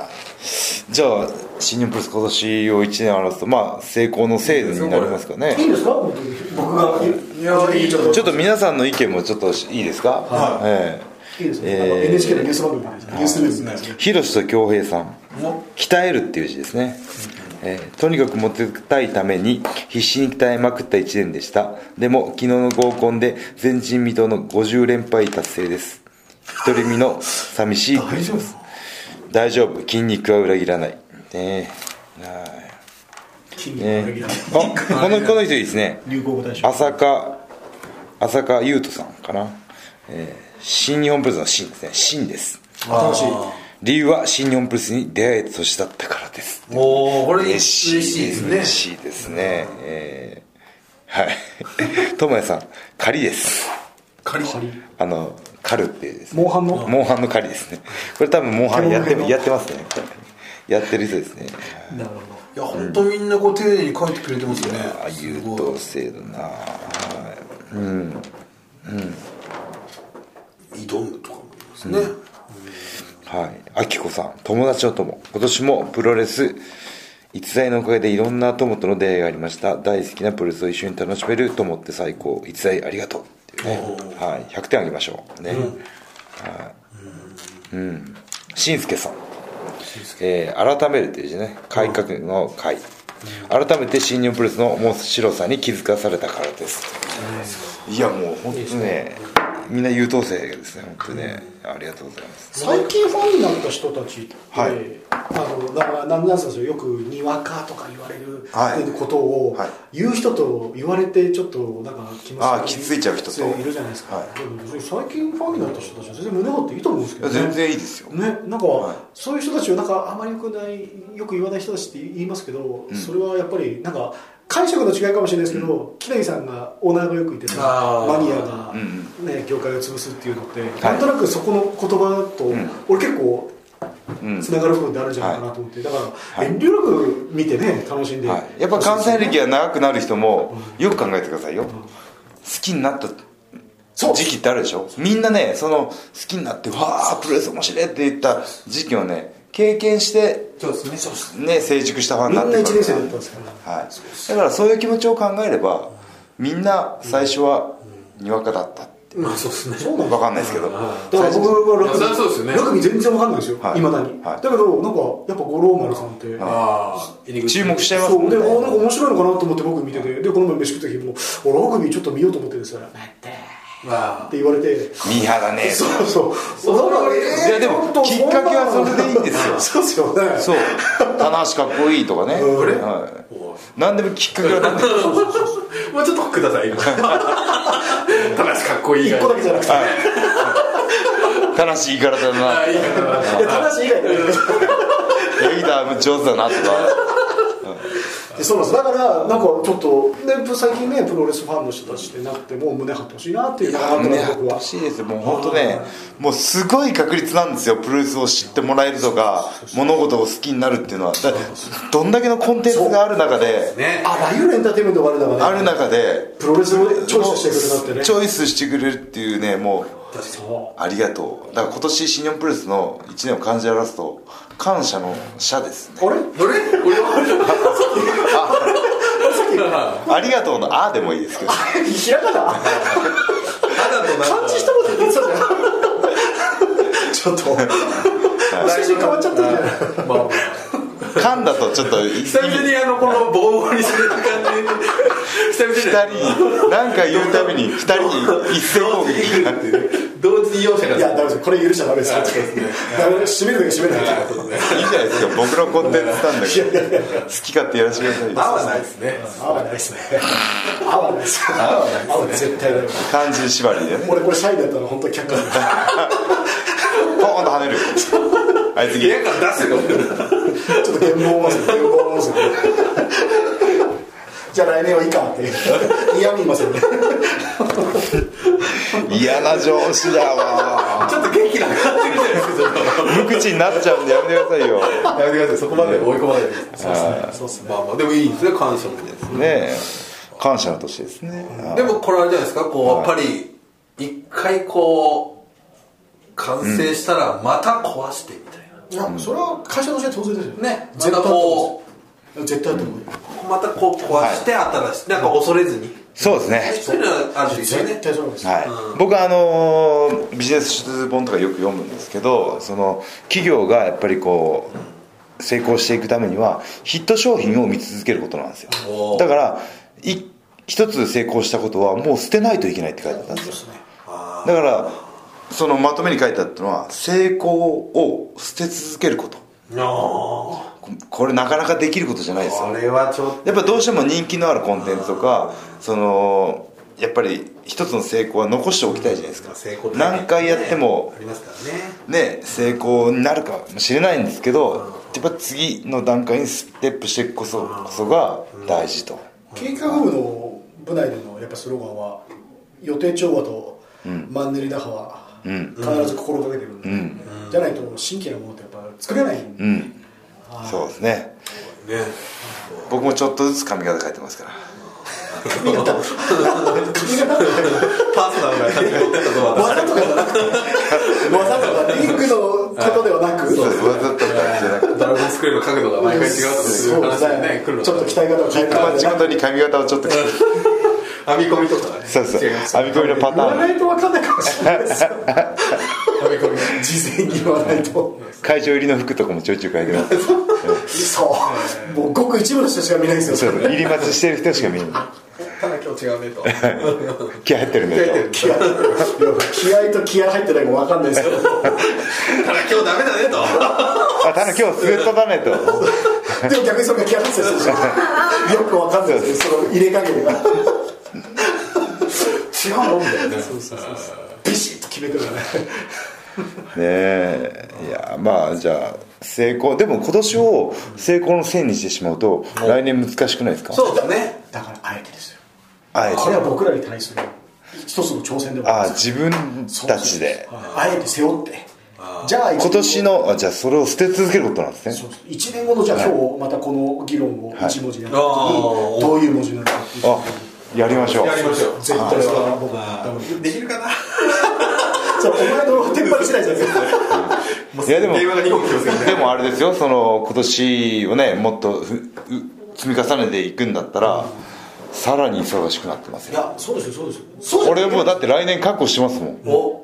じゃあ新日本プロレス今年を1年表すとまあ成功のせいになりますかねいいんですか本当に僕がいやいいちょっとちょっと皆さんの意見もちょっといいですかはい、えいいですね、えーなんか NHK のニュース番組みたいなニュースニュースみたいですえね広瀬と恭平さんも鍛えるっていう字ですね、えーとにかくモテたいために必死に鍛えまくった1年でしたでも昨日の合コンで前人未到の50連敗達成です独り身の寂しいクリスマス大丈夫筋肉は裏切らないねえはい金ねのあこのこの人いいですね流行語大賞浅香浅香優斗さんかな、えー新日本プロレスの新ですね新です新しい理由は新日本プロレスに出会えた年だったからですもうこれ嬉嬉ししいいですね嬉しいですねえーはい 友也さん仮です仮あの狩るっていうですねモンハンのモンハンの狩りですねこれ多分モンハンやって獣のやってますねやってる人ですねなるほいや本当みんなこう丁寧に書いてくれてますよねああ優等生だなはい挑むとかもありますねはい、あきこさん、友達の友、今年もプロレス、逸材のおかげでいろんな友との出会いがありました、大好きなプロレスを一緒に楽しめる友って最高、逸材ありがとうっていうね、はい、100点あげましょう、ね、はい、うん、しんすけさん、えー改めるという字ね、改革の会、改めて新日本プロレスの面白さに気づかされたからです。いやもう本当にね、みんな優等生ですね、本当にね、ありがとうございます。最近ファンになった人たちって、はいあのだからなんなんですよよく「にわか」とか言われる、はいことをはい言う人と言われてちょっとなんか気まずあー気づいちゃう人といるじゃないですか、はいでも別に最近ファンになった人たちは全然胸張っていいと思うんですけど、ね、全然いいですよ、ね、なんか、はいそういう人たちをなんかあまりよくないよく言わない人たちって言いますけど、それはやっぱりなんか解釈の違いかもしれないですけど、木南さんがオーナーがよく言ってたあーマニアが、ね業界を潰すっていうのって、いなんとなくそこの言葉と、ん俺結構うんつながる部分であるんじゃないかなと思って、だから遠慮なく見てね楽しんで、はい、やっぱ関西歴が長くなる人もよく考えてくださいよ、好きになったそう時期ってあるでしょみんなねその好きになってわあプロレス面白いって言った時期をね経験してそうですねそうですねね成熟したファンみにんななっ1て年くる生からだったんですから、はい、だからそういう気持ちを考えればみんな最初はにわかだったってまあそうですねそうなん分だかんないですけどだから僕はラいやグビそうですよねーラグビー全然わかんないですよ、はいいまだに、はいだけどなんかやっぱ五郎丸さんって、ああ注目しちゃいますそもうんで、ねあなんか面白いのかなと思って僕見ててでこの前飯食った時も「俺ラグビーちょっと見ようと思ってるんですよ」ってまあ言われてミーハーだねそうそうそういやでもきっかけはそれでいいんですよそうですよねそう棚橋かっこいいとかね、はい、何でもきっかけは何でももうちょっとくだ さい今ただしかっこいい一が個だけじゃなくて悲しいからだなあいいかないや正しい以外でエイダー上手だなと かでそうなんですだからなんかちょっとで最近ねプロレスファンの人たちってなくてもう胸張ってほしいなっていういのがあやった胸ら張っ僕てはほしいですよもう本当ねもうすごい確率なんですよプロレスを知ってもらえるとか物事を好きになるっていうのはだどんだけのコンテンツがある中でねあらゆるエンターテインメントがあるんだからある中でプロレスをチョイスしてくれるなってねチョイスしてくれるっていうねもうそありがとうだから今年新日本プロレスの1年を感じ表すと感謝の社ですねうあれどれ俺はさっ きありがとうの「あ」でもいいですけどひ らがな肌となんか漢字一言で言ってたじゃんちちょっと写真変わっちゃってるじゃないまあ噛んだとちょっとい 久々にあのこのボコボコにする感じ久々二人なんか言うたびに二人に一斉攻撃に同時に来るっていう同時に容赦がいやダメですこれ許しちゃダメですよあそうですねダメです締めるだけ締めないといいじゃないですか僕のコンテンツなんだけど好き勝手やらせてくださいよ合わないですね合わないですね合わないです合わない合わない絶対ダメ単純縛りでね俺これシャイだったら本当に却下するポーンと跳ねるはい次嫌が出せよちょっと原本を忘れ原本を忘れじゃあ来年はいいかっていう嫌みいませんね嫌な上司だわちょっと元気なくなってるじゃないですか無口になっちゃうんでやめてくださいよやめてくださいそこまで追い込まないでそうっすねまあまあでもいいですね感謝もねねえ感謝の年ですねでもこれあれじゃないですかこうやっぱり一回こう完成したらまた壊してみたいいやそれは会社として当然ですよなねま絶た対こ絶対だと思ううまたこう壊して新しいなんか恐れずにそうですねそういうのはあるんですよね絶対そうなんですよはい、僕はあのービジネス出本とかよく読むんですけどその企業がやっぱりこう成功していくためにはヒット商品を見続けることなんですよおーだからい一つ成功したことはもう捨てないといけないって書いてあったんですよあだからそのまとめに書いてあったのは成功を捨て続けることーあここれなかなかできることじゃないですよーこれはちょっとやっぱどうしても人気のあるコンテンツとかそのやっぱり一つの成功は残しておきたいじゃないですか成功体験何回やってもありますからねね成功になるかもしれないんですけどやっぱ次の段階にステップしていくこそこそが大事と計画部の部内でのやっぱスローガンは予定調和とマンネリ打破はん必ず心がけてるんで、んじゃないと新規なものってやっぱ作れないんで、うんそうですねね僕もちょっとずつ髪型変えてますから髪型髪型パーソナルな感じが出たとはわざとかじゃなくてわざとかリンクのことではなくそうですわざと感じじゃなくてドラゴンスクエアの角度が毎回違うとかそういう話そうがでねす来るのちょっと鍛え方を変えたマッチごとに髪型をちょっと編み込みとかねそうそう編違いますみ込みのパ言タわーンないと分かんないかもしれないですよ編み込み事前に言わないと会場入りの服とかもちょいちょい変えてますそうもうごく一部の人しか見ないですよそそうれ入り待ちしてる人しか見えないただ今日違うねと気合入ってるね気合入ってる気合気合と気合入ってないか分かんないですけどただ今日ダメだねとあただ今日スウェットだねとでも逆にそれが気合発生するじゃん よくわかんないですねその入れ加減が違うのみたいなそうそうそうそうビシッと決めてるからねねえいやまあじゃあ成功でも今年を成功のせいにしてしまうと来年難しくないですかそうですねだからあえてですよあえてこれは僕らに対する一つの挑戦でもあああるんです自分よたちでそうそうそうはいあえて背負ってじゃあ今年ののあじゃあそれを捨て続けることなんですね1年後のじゃあ今日またこの議論を1文字やるときはいにどういう文字になるかっていうあやりましょうやりましょう絶対それは僕はダメできるかなそうお前の天板次第じゃないですかいやでも電話が2本来ますけどねでもあれですよその今年をねもっとふう積み重ねていくんだったらさらに忙しくなってますいよやそうですよそうですよそうじゃな俺いもうだって来年確保してますもんお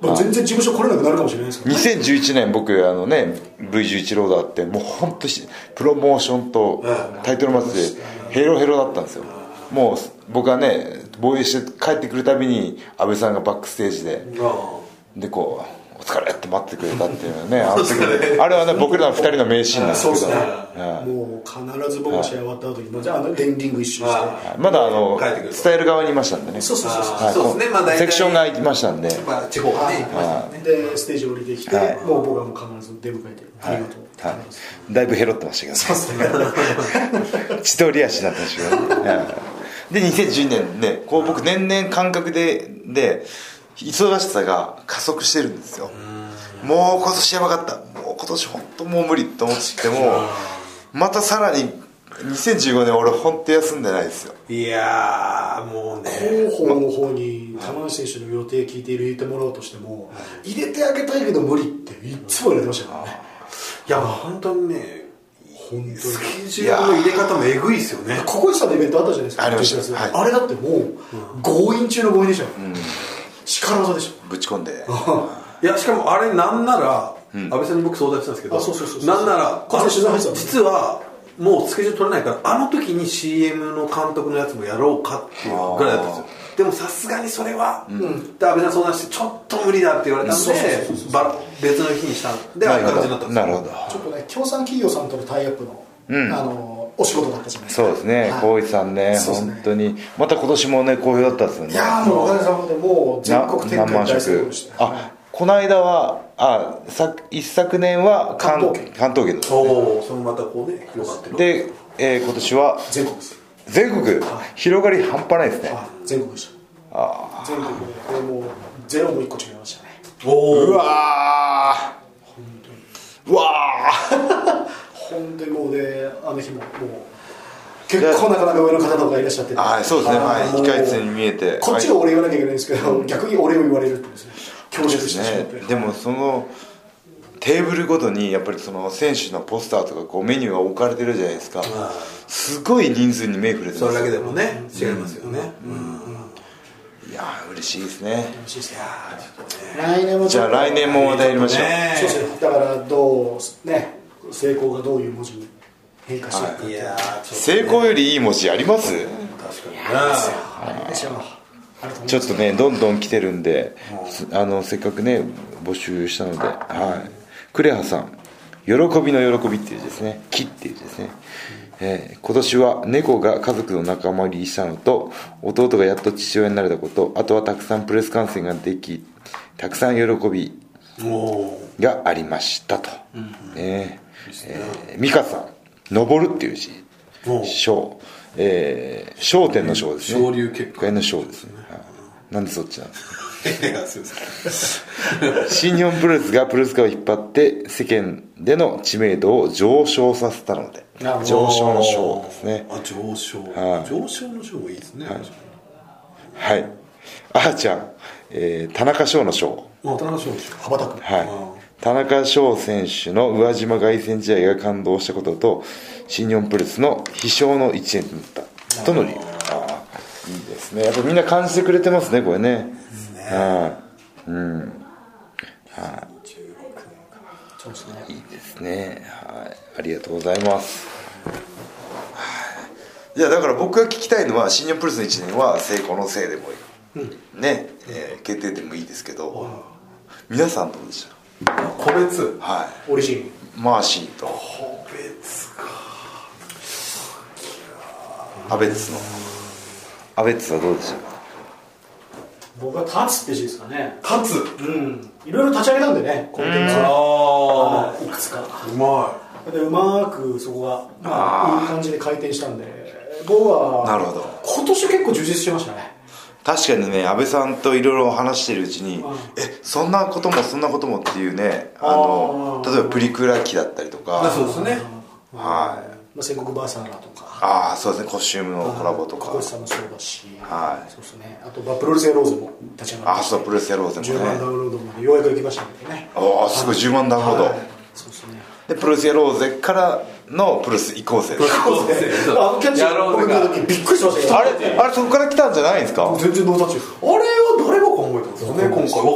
もう全然事務所来れなくなるかもしれないですから2011年僕あのね V11 ローダーってもう本当しプロモーションとタイトルマッチでヘロヘロだったんですよもう僕はね防衛して帰ってくるたびに安倍さんがバックステージででこう「お疲れ」って待ってくれたっていうのはねあの時あれはね僕らの2人の名シーンなんですそうけですどね、もう必ず僕が試合終わった後に、じゃああのエンディング一周して、はまだあの帰ってくる伝える側にいましたんでねそうそうそうそう、はいそうですねまあ大体セクションが行きましたんでまあ地方はね行きましたねでステージ降りてきて、はいもう僕はもう必ず出迎えて、ありがとうっては感いじです、だいぶヘロってましたけどねそうですね千鳥足だったんですよ、で2010年ねこう僕年々感覚でで忙しさが加速してるんですよもう今年やばかったもう今年本当もう無理と思っててもまたさらに2015年俺本当休んでないですよいやーもうね広報の方に玉橋選手の予定聞いて入れてもらおうとしても、入れてあげたいけど無理っていつも言われてましたからね、いや本当にね本当にスケジュールの入れ方もえぐいですよねここにさんのイベントあったじゃないですかありました11月はいあれだってもう、強引中の強引でしたよ、力技でしょ ぶち込んでいいやしかもあれなんなら、安倍さんに僕相談したんですけどあそうそうそうそうなんならこっちで取材入ってたの実はもうスケジュール取れないからあの時に CM の監督のやつもやろうかっていうぐらいだったんですよでもさすがにそれは、で安倍さん相談してちょっと無理だって言われたんでそうそうそうそうばら別の日にしたんでああいう感じになったんですなるほどちょっとね協賛企業さんとのタイアップの、あのお仕事だったじゃないですかそうですねはい浩一さんねそうですね本当にまた今年もね好評だったんですよねいやーもうおかげさまでもう全国展開な大成功でしたよあこの間はあさ一昨年は関関東圏関東圏ですおおそのまたこうね広がってるで、えー今年は全国です全国広がり半端ないですねあ全国でした全国でこれもうゼロも一個違いましたね おおうわーうわー本当にもうであの日ももう結構なかなか上の方とかいらっしゃっててあそうですねはいもう控室に見えてこっちが俺言わなきゃいけないんですけど、逆に俺を言われるっていうですね強弱してしまって、ねでもそのテーブルごとにやっぱりその選手のポスターとかこうメニューが置かれてるじゃないですかすごい人数に目触れてそまれすだけでもね違いますよね、いやー嬉しいですね楽しいですね来年もじゃあ来年もまたやりましょう、ねそうですねだからどうね成功がどういう文字に変化していくかっていいうやーちょっとね成功よりいい文字あります確かになあるでしょうあると思いますちょっとねどんどん来てるんで、すあのせっかくね募集したので、はい、クレハさん「喜びの喜び」っていう字ですね「木」っていう字ですね、えー今年は猫が家族の仲間入りしたのと弟がやっと父親になれたことあとはたくさんプレス観戦ができたくさん喜びもがありましたと、ねえー美香さん「登る」っていう字うもう章、えー、商店の章ですね昇竜結果これの章ですね、はいなんでそっちなんですか いやすいません新日本プロレスがプロレス界を引っ張って世間での知名度を上昇させたのでなるほど上昇の章ですねあ上昇、はい上昇の章もいいですね、はいあーちゃん、えー田中翔の章まあ田中翔でし羽ばたくはい田中翔選手の宇和島凱旋試合が感動したことと新日本プロレスの飛翔の一年となったとの理由あーいいですねやっぱみんな感じてくれてますねこれねはいそうですねいいですね。はい。ありがとうございます。はいいや、だから僕が聞きたいのは、新日本プロレスの1年は成功のせいでもいい。ね、えー決定でもいいですけど、皆さんどうでした個別はオリジンい。マーシーと、個別かアベツの。アベツはどうでした僕は立つって字ですかね勝つうんいろいろ立ち上げたんでねコンテンツをあはいいくつかあうまでうまくそこが、まあ、いい感じで回転したんで僕はなるほど今年結構充実しましたね確かにね、安倍さんといろいろ話しているうちに、うんえ、そんなこともそんなこともっていうね、あの、あー例えばプリクラ機だったりとか、いあそうですねはいまあ、戦国バーサーラーとかああ、そうですね、コスチュームのコラボとか。小越さんもそうだし、はいそうですねあと、まあ、プロレスエローズも立ち上がってあそうプロレスエローズもね10万ダウンロードまでようやく行きましたんでねああすごい10万ダウンロードはいそうですねでプロレスやろうぜからのプロレス移行生そうですね あのキャッチやろう僕ぜ見かた時びっくりしましたけどあれあれそこから来たんじゃないんですか全然ノータッチですあれは誰が考えたんですかね今回わかんない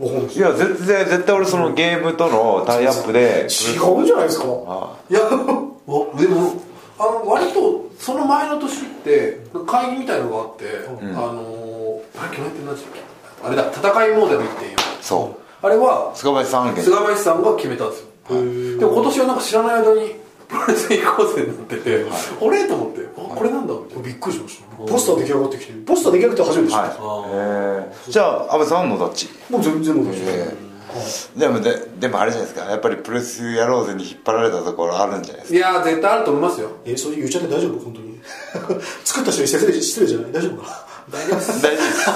わかんないですいや絶対絶対俺そのゲームとのタイアップで違うんじゃないですかいや わでもあの割とその前の年って会議みたいのがあって、あのーあれ去年って何でしたっけあれだ戦いモーデル1.4そうあれは菅林さん案件菅林さんが決めたんですよ、でも今年はなんか知らない間にプロレス移行生になってて、あれと思ってあこれなんだみたいなびっくりしましたポスター出来上がってきてポスター出来上がって初めて知ったんですよはいえーじゃあ安倍さんのどっちもう全然ノータッチえですでもででもあれじゃないですかやっぱりプロレスやろうぜに引っ張られたところあるんじゃないですいやー絶対あると思いますよえそれ言っちゃって大丈夫本当に 作った人に失礼失礼じゃない大丈夫かな大丈夫ですか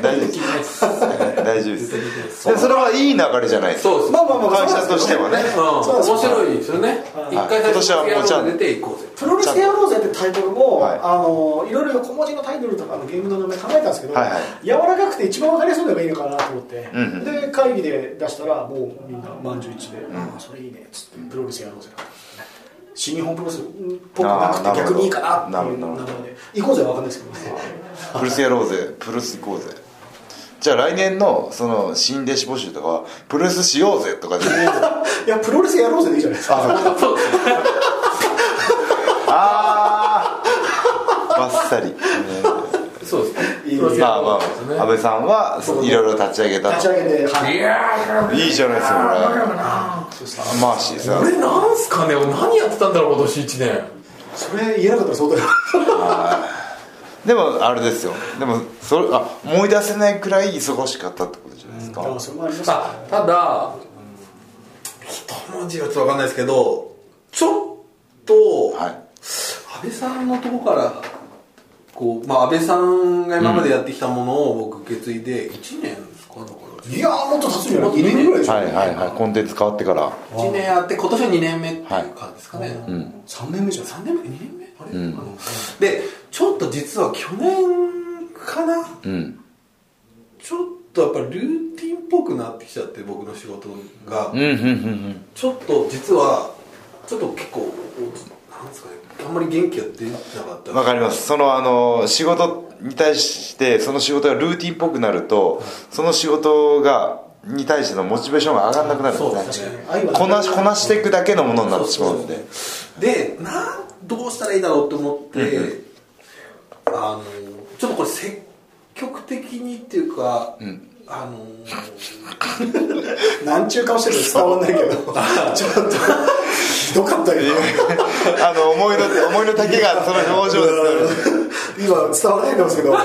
大丈夫です大丈夫ですすはい大丈夫ですでそれはいい流れじゃないですかそうですまあまあまあ会社としてはねうん、面そうなんですよ白いですよね一回最初にやろうぜ出ていこうぜプロレスやろうぜってタイトルも、はいい、あのいろいろ横文字のタイトルとかあのゲームの名前考えたんですけど、はいはい柔らかくて一番わかりやすいのがいいのかなと思って、んうんで会議で出したらもうみんな満場一致で、ああそれいいねっつってプロレスやろうぜ新日本プロレスっぽくなくあーなてるほど逆にいいかなっていうなるほど名前で行こうぜはわかんないですけどねプロレスやろうぜプロレス行こうぜじゃあ来年のその新弟子募集とかはプロレスしようぜとかでいやプロレスやろうぜでいいじゃないですかああバッサリ、そうですねいいですねまあまあ安倍さんはいろいろ立ち上げた立ち上げてはいいいじゃないですかこれマーシーさん俺なんすかね俺何やってたんだろう今年1年それ言えなかったら相当だでもあれですよでもそれあ思い出せないくらい忙しかったってことじゃないですか、からそれもありますあただ一文字はちょっと分かんないですけどちょっと、はい安倍さんのとこからこう、まあ、安倍さんが今までやってきたものを僕受け継いで1年ですかだかいやーもっと経つんじゃない2年ぐらいでしょ、はいはいはいコンテンツ変わってからら1年やって今年は2年目っていうかですかね、 3年目じゃん3年目2年目あれ、あのでちょっと実は去年かな、うんちょっとやっぱルーティンっぽくなってきちゃって僕の仕事が、うんうんうんうんちょっと実はちょっと結構なんですかねあんまり元気が出なかったわかりますそのあの仕事に対してその仕事がルーティンっぽくなるとその仕事がに対してのモチベーションが上がらなくなるんですそねうですね愛はこなしこなしていくだけのものになってしまうんででなんどうしたらいいだろうと思って、あのちょっとこれ積極的にっていうか、あのなんちゅう顔してるか伝わんない けどちょっとひどかったけどあの思いの思いの丈がその表情です今伝わらないかもしれないけど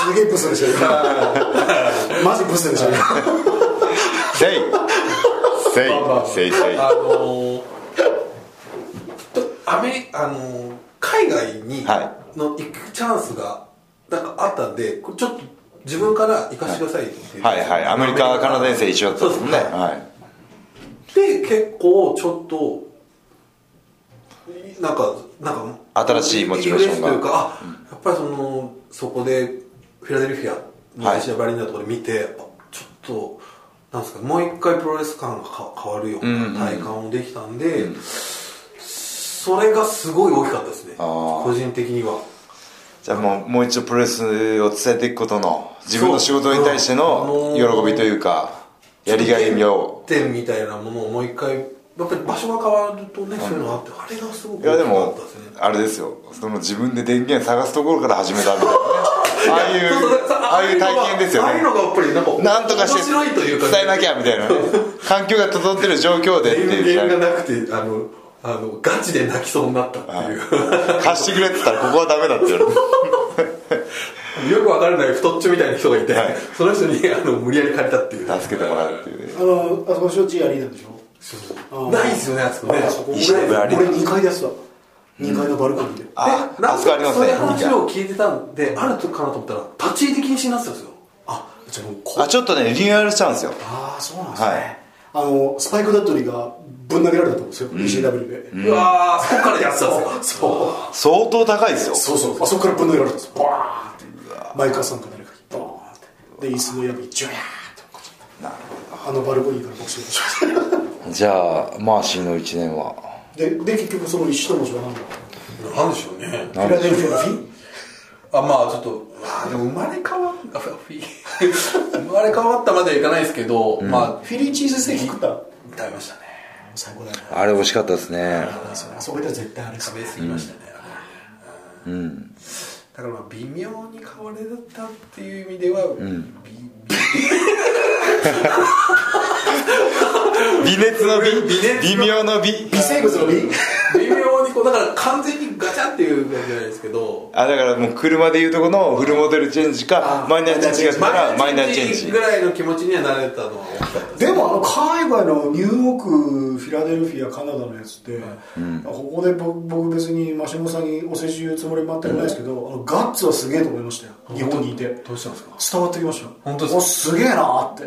すげえブスでしょ今マジブスでしょせいせいせいせいあのとアメリあの海外にはの行くチャンスがなんかあったんでこれちょっと自分から行かせてくださいって言ってはいはいアメリカカナダ遠征一緒だったんですもんねそうですはで結構ちょっとなんかなんか新しいモチベーションがリフレッシュというかあ、やっぱりそのそこでフィラデルフィアはいのシアバリンダとかで見て、やっぱちょっとなんですかもう一回プロレス感がか変わるような体感をできたんで、それがすごい大きかったですねあー個人的には。じゃあもうもう一度プロレスを伝えていくことの自分の仕事に対しての喜びというかやりがいを原点みたいなものをもう一回やっぱり場所が変わるとね、そういうのあってあれがすごいくや大できかっもたですねあれですよその自分で電源探すところから始めたみたいなねああいうそうそうそうああいう体験ですよああいねうのがやっぱりなんかなんとかして面白いというか伝えなきゃみたいな ね環境が整ってる状況でっていう電源がなくてあのあのガチで泣きそうになったっていう貸してくれって言ったらここはダメだって言われ るよくわからない太っちょみたいな人がいて、その人にあの無理やり借りたっていう助けてもらうっていうねあのあそこ承知アリーナでしょあーないですよねあそこねあそこ石俺破アリーナ俺2階でやってた2階のバルコニーで、ああでなあんそこあかりますそうねいう話を聞いてたんであるとかなと思ったら立ち入り禁止になってたんですよじゃあもうこあちょっとねリニューアルしたんですよああそうなんですね、はいあのスパイクダッドリーがぶん投げられたと思うんですよ、ECW で、うわーそこからやってたんですよそう相当高いですよそうそうあそこからぶん投げられたんですよバーンってマイカーさんか誰かにバーンってで椅子の闇ジュヤーって落っこちゃったあのバルコニーからボクシングしましじゃあマーシーの1年はたでで結局その一文字は何だろなんでしょうねうフィラデルフィアのフィあまあちょっとまあでも生まれ変わあフィ 生まれ変わったまではいかないですけど、まあフィリーチーズステーキ食った歌いましたね最高だよねあれ美味しかったですねあそこ行ったら絶対あれ食べ過ぎましたね、うんだからまあ微妙に変われたっていう意味では、び微熱の微微妙の微微生物の微微妙にこうだから完全にガチャっていう感じじゃないですけどあだからもう車でいうとこのフルモデルチェンジかマイナーチェンジがあったらマイナーチェンジぐらいの気持ちにはなれたのは大きかったですでもあの海外のニューヨークフィラデルフィアカナダのやつって、ここで僕僕別にマシモさんにお世辞言うつもり全くないですけど、あのガッツはすげえと思いましたよ日本にいてどうしたんですか伝わってきましたよ本当ですかおすげえなーって、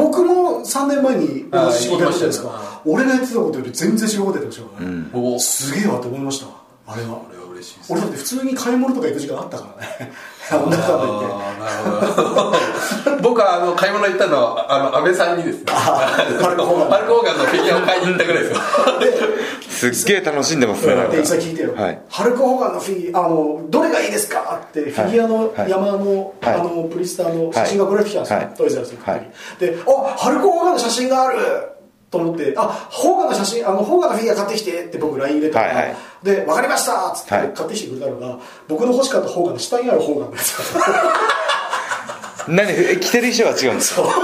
僕も3年前に同じ仕事やったじゃないですあー言いまか俺がやってたことより全然仕事やってましたからね、おすげえわって思いましたあれはれは嬉しいです 俺だって普通に買い物とか行く時間あったからね あの中でいてああなるほど僕はあの買い物行ったのはあの安倍さんにですねパルコーガンのフィギュアを買いに行ったぐらい ですよすっげえ楽しんでますねなんかで一応聞いてよ、はいハルク・ホガンのフィギュアあのどれがいいですかってフィギュアのはい山の,、はいあのプリスターの写真が送られてきたんですよ、はいトイザらスの時に、はいであハルク・ホガンの写真があると思ってあホーガンの写真あのホーガンのフィギュア買ってきてって僕 LINE 入れたら、はいはいで分かりましたっつってはい買ってきてくれたのが、僕の欲しかったホーガンの下にあるホーガンのやつ 何え着てる衣装は違うんですかちょっ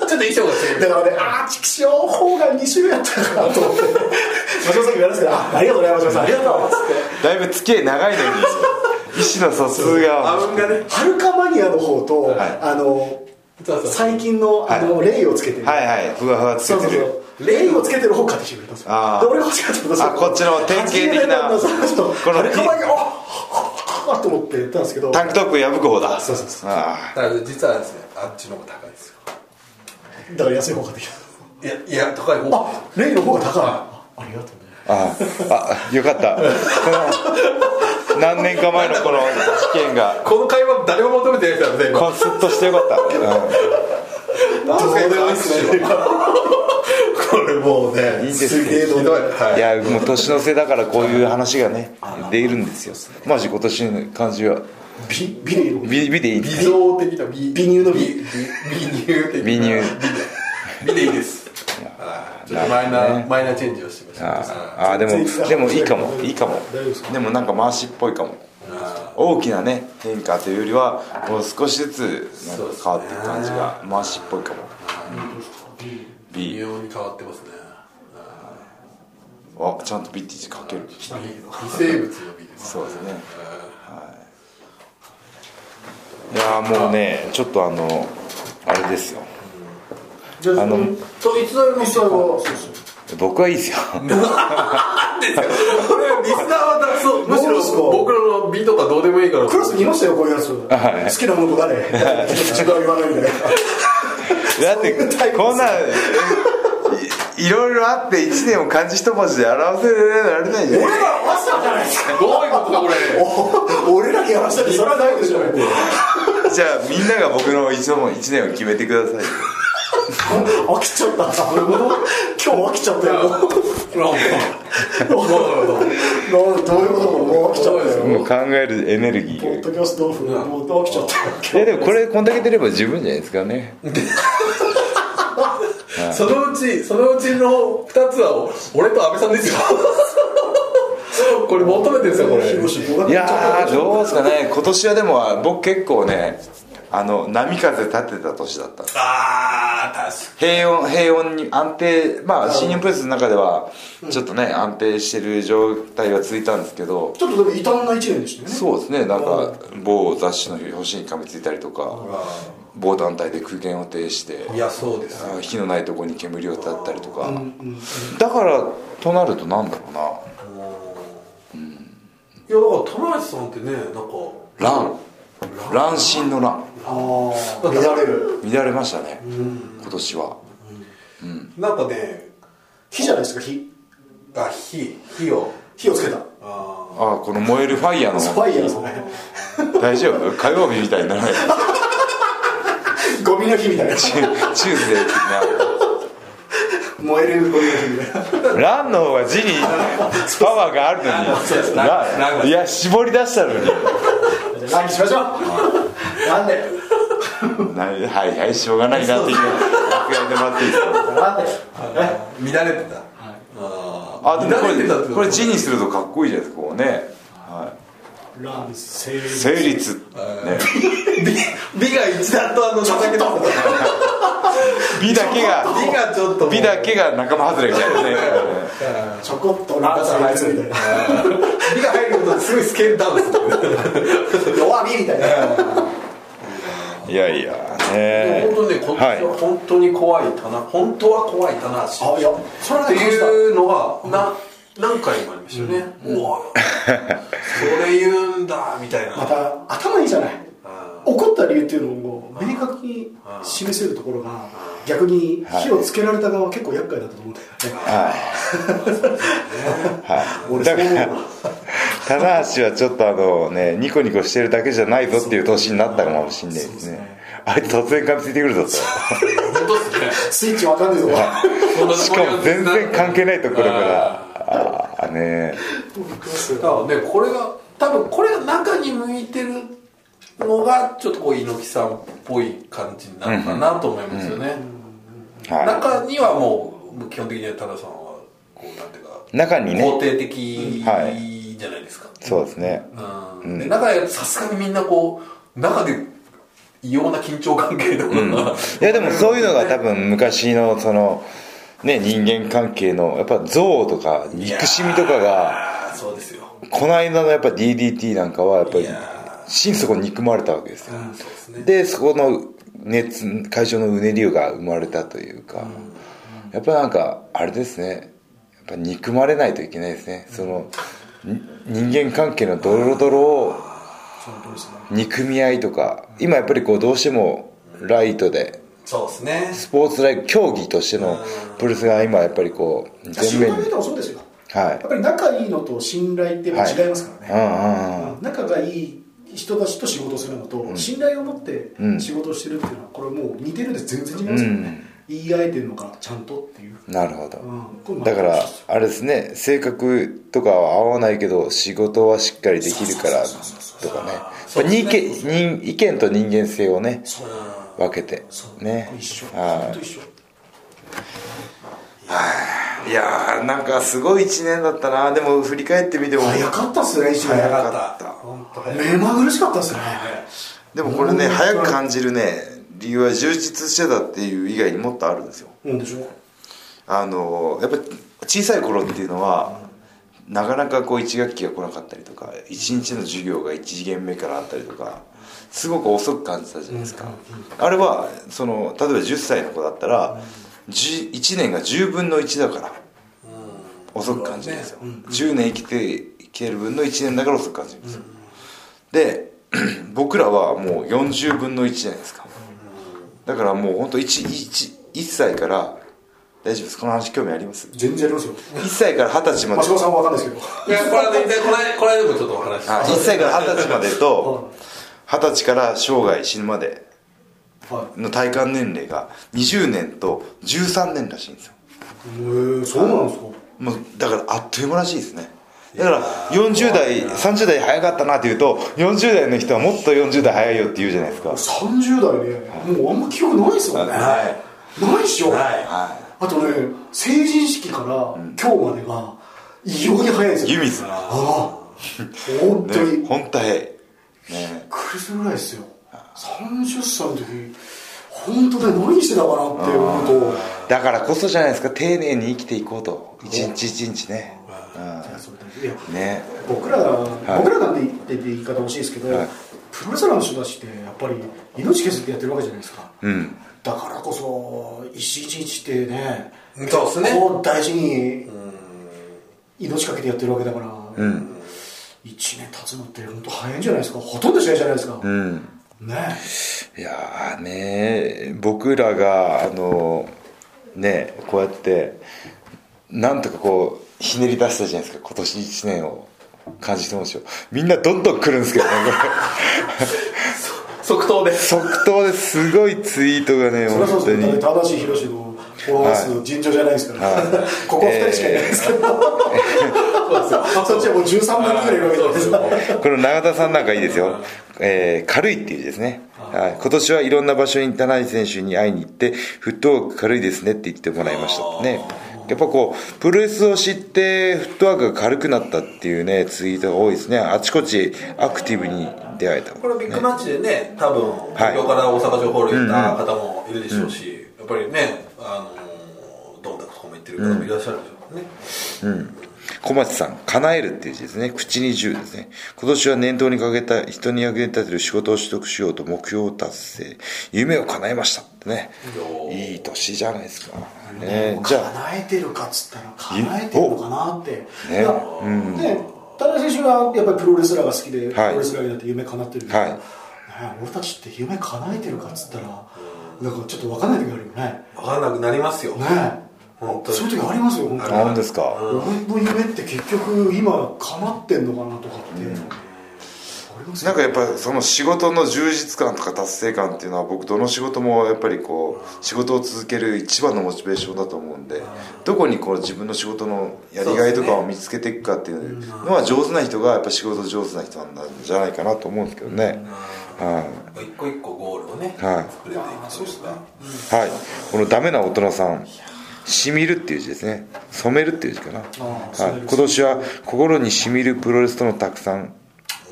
と衣装が違うだからねああちくしょうホーガン2種類あったか と思って松本さんに言われてたらあありがとうございます松本さんありがとうっつってだいぶ付き合い長いのに意思の疎通があうんがねはるかマニアの方と、あのそうそう最近のあの、レイをつけてる、はいはいふわふわつそうけそうてるそうレイをつけてる方買ってきてくれたんですよあーで俺が欲しかったのそれあこっちの典型的な初めてのそうそうこのはるかマニアあはっと思って言ったんですけどタンクトップ破く方だそうそうそうあただ実はですねあっちの方が高いですよだから安い方買ってきたいやいや高い方あレイの方が高いあありがとうねーあーあよかったこの何年か前のこの事件がこの会話誰も求めてないからねこうスッとしてよかった、うどうでもいいっすよこれもうん、いいねですすげえねひどいはいいやもう年の瀬だからこういう話がね出るんですよマジ今年の感じはビビレイの美美でいい微動的な微微乳の微微微乳的な美乳微でいいですはいちょっとマイナー、ねマイナーチェンジをしてまあしたーあーでも全然でもいいかもいいかも大丈夫ですかでもなんか回しっぽいかも大きなね変化というよりはもう少しずつなんか変わっていく感じが回しっぽいかも微 B 妙に変わってますねあちゃんとビッティージかける微生物の微ですそうですねはいいやーもうねちょっとあのあれですよじゃあのそういつだよいつだよそうそう僕はいいですよこれリスナーは出そうむしどうですかろ僕らの美とかどうでもいいからクラスにいましたよこういうやつ、好きなものと 誰自分は言わないんでだってこんなんいいろいろあって1年を漢字一文字で表せられないじゃん俺らマスターじゃない ですかどういうことだこれ俺らにやらせてそれはないでしょじゃあみんなが僕の一問一年を決めてください飽きちゃ った今日飽きちゃったよなんどういうことかもう飽きちゃったよもう考えるエネルギポッードキャストオフもう飽きちゃったいやよでもこれこんだけ出れば十分じゃないですかねそのうちそのうちの2つは俺と安倍さんですよこれ求めてるんですよこれ広し5い月やーどうですかね今年はでも僕結構ねあの波風立てた年だったああ確平穏平穏に安定まあ新日本プロレスの中ではちょっとね安定してる状態が続いたんですけどちょっとでも異端な一年でしたねそうですねなんか某雑誌の表紙に噛みついたりとか某団体で空間を呈していやそうですあ火のないとこに煙を立ったりとか、だからとなるとなんだろうないやだから田中さんってねなんか乱乱心の乱ああ乱れる乱れましたね今年はなんかね火じゃないですか火あ火火を火をつけたフああこの燃えるファイヤーのァイヤーですね大丈夫火曜日みたいにならないゴミの火みたいなチューチューズデー的燃えるゴミの火みたいなな乱の方が字にパワーがあるのに乱いや絞り出したのに何しましょうなんでなはいはいしょうがないなっていう楽屋で待っていいですかなんで乱れてたあでもこ乱れてたってこれとこれ字にするとかっこいいじゃないですかこうね、は乱世い、成立ね美が一段とあの情けだった美だけが美がちょっともう美だけが仲間外れみたいなねちょこっと乱世あいつみたいな美が入ることですごいスケールダウンする弱みみたいないやいやね本当ね今年はは本当に怖い棚本当は怖い棚橋あいやそれはってね感いうのがな何回もありましたよねうわそれ言うんだみたいなじたまた頭いいじゃない怒った理由っていうのを明確に示せるところが逆に火をつけられた側は結構厄介だったと思うんだよねいはい、俺だそかうら思う棚橋はちょっとあのねニコニコしてるだけじゃないぞっていう年になったかもしんないでそうですすねねあいつ突然噛みついてくるぞと本当っすねスイッチわかんねえぞそんな しかも全然関係ないところからああーねだからねこれが多分これが中に向いてるのがちょっとこう猪木さんっぽい感じなのかなと思いますよね、は中にはもう基本的には多田さんはこうなんていうかい中に肯ね定的はじゃないですか、そうですねうんで中でさすがにみんなこう中で異様な緊張関係とか が、いやでもそういうのが多分昔のそのね人間関係のやっぱ憎悪とか憎しみとかがああそうですよこの間のやっぱ DDT なんかはやっぱりいや心底憎まれたわけですよ、そうですねでそこの熱会場のうねりが生まれたというか、やっぱなんかあれですねやっぱ憎まれないといけないですねその、に人間関係のドロドロを憎み合いとか今やっぱりこうどうしてもライトでそうですねスポーツライト競技としてのプロレスが今やっぱりこう仕全面事においにてもそうですよはやいっぱり仲いいのと信頼ってやっぱ違いますからね、うんうんうん仲がいい人たちと仕事をするのと、信頼を持って仕事をしてるっていうのはこれもう似てるで全然違いますよね、言い合えてるのかちゃんとっていう、なるほど、うんこれまただからあれですね性格とかは合わないけど仕事はしっかりできるからとかねやっぱ人間人意見と人間性をねそう分けてそうねこれ一緒は本当一い緒いやーなんかすごい1年だったなでも振り返ってみても早かったっすね一緒早ねかった本当早い目まぐるしかったっすねでもこれねうん早く感じるね理由は充実してたっていう以外にもっとあるんですようんでしょあのやっぱり小さい頃っていうのはなかなかこう1学期が来なかったりとか1日の授業が1次元目からあったりとかすごく遅く感じたじゃないですか、あれはその例えば10歳の子だったら、1年が10分の1だから遅く感じるんですよ、10年生きていける分の1年だから遅く感じるんですよ、で 僕らはもう40分の1じゃないですか、だからもう本当一一一歳から大丈夫ですこの話興味あります全然ありますよ1歳から二十歳まで真島さんは分かんないですいやこれはねこの間この間もちょっとお話しあ1歳から二十歳までと二十歳から生涯死ぬまでけどはの体感年齢が20年と13年らしいんですよいへえそうなんですかもうだからあっという間らしいですねだから40代30代早かったなっていうと40代の人はもっと40代早いよって言うじゃないですか30代ねもうあんま記憶ないっすもんねはいないっしょないはあとね成人式から今日までが異様に早いんですよい湯水あねあ本当にびっ本当早いねくりするぐらいですよ30歳の時本当ね何してたかなって思うとだからこそじゃないですか丁寧に生きていこうと一日一日ねいやそれでいやうんね僕ら僕らなんて言って言い方欲しいですけどはいプロレスラーの人たちってやっぱり命削ってやってるわけじゃないですかうんだからこそ一日一日ってねそうですねこう大事に命かけてやってるわけだから、一1年経つのって本当早いんじゃないですかほとんど試合じゃないですか、うんねいやーね僕らがあのねこうやってなんとかこうひねり出したじゃないですか今年1年を感じてますよみんなどんどん来るんですけどね即答でこれ即答ですごいツイートがねそれはそう本当ですねに正しい広ロのフォロワー数尋常じゃないですから、 ここは2人しかいないですけど、 そっちはもう13万人ぐらいいるわけじゃないですかこの永田さんなんかいいですよ、えー軽いっていう字ですね、はい、今年はいろんな場所に田中選手に会いに行って、フットワーク軽いですねって言ってもらいましたね。やっぱこうプロレスを知ってフットワークが軽くなったっていうねツイートが多いですねあちこちアクティブに出会えたこれビッグマッチでね多分はい東京から大阪城ホール行った方もいるでしょうし、やっぱりねあのー、どんなことも言ってる方もいらっしゃるでしょうからね、小松さん「叶える」っていう字ですね口に10ですね今年は年頭にかけた人に役に立てる仕事を取得しようと目標を達成夢を叶えましたってねいい年じゃないですかねじゃあ叶えてるかっつったら叶えてるのかなっておねだからね田中選手がやっぱりプロレスラーが好きで、プはいロレスラーになって夢叶ってるけど、はいね俺たちって夢叶えてるかっつったらなんかちょっと分かんない時あるよね分かんなくなりますよね本当にそういう時ありますよ本当にあ本当ですか、俺の夢って結局今叶ってんのかなとかって、ありますなよんかやっぱその仕事の充実感とか達成感っていうのは僕どの仕事もやっぱりこう仕事を続ける一番のモチベーションだと思うんでどこにこう自分の仕事のやりがいとかを見つけていくかっていうのは上手な人がやっぱ仕事上手な人なんじゃないかなと思うんですけどね、はい一個一個ゴールをね、はい作れていくというかはいこの「ダメな大人さん」「しみる」っていう字ですね「染める」っていう字かな、はい、今年は心にしみるプロレスとのたくさん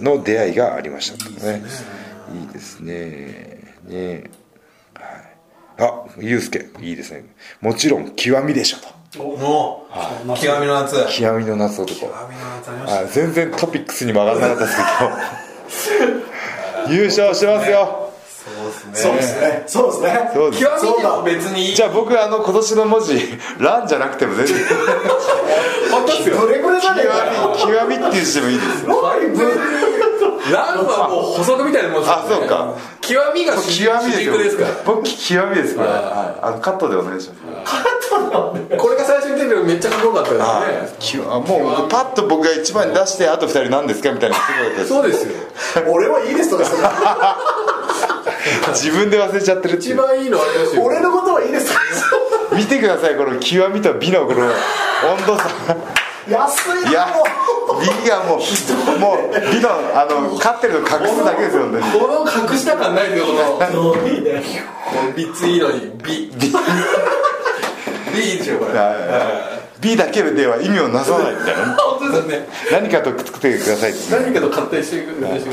の出会いがありましたとねいいですねねはいあゆうすけいいですねもちろん極みでしょともう極みの夏極極みの夏男みの夏ありましたあ全然トピックスにも上がらなかったですけど優勝してますよそうですねそうですねそうですねそうです極みでも別にいいじゃあ僕あの今年の文字「ラン」じゃなくても全然本当ですよどれぐらいだね極み極みってしてもいいですよランはもう補足みたいなもんですあそうか極みが極主軸みですよですから僕極みですこれはいあのカットでお願いしますこれが最初に出るめっちゃかっこよかったですね極もうパッと僕が一番に出してあと二人何ですかみたいなのすごいですそうですよ 俺はいいですとかそれ自分で忘れちゃってるってい一う番いいのありますよ俺のことはいいですとか見てくださいこの極みと美のこの温度差 安いないや美がもうもう美のあの勝ってるの隠すだけですよねこの隠した感ないですよこのもういいね3ついいのに B B いいでしょこれ美だけでは意味をなさないみたいな本当ですよね何かとくっつけてくださいって何かと勝手にしてくれてし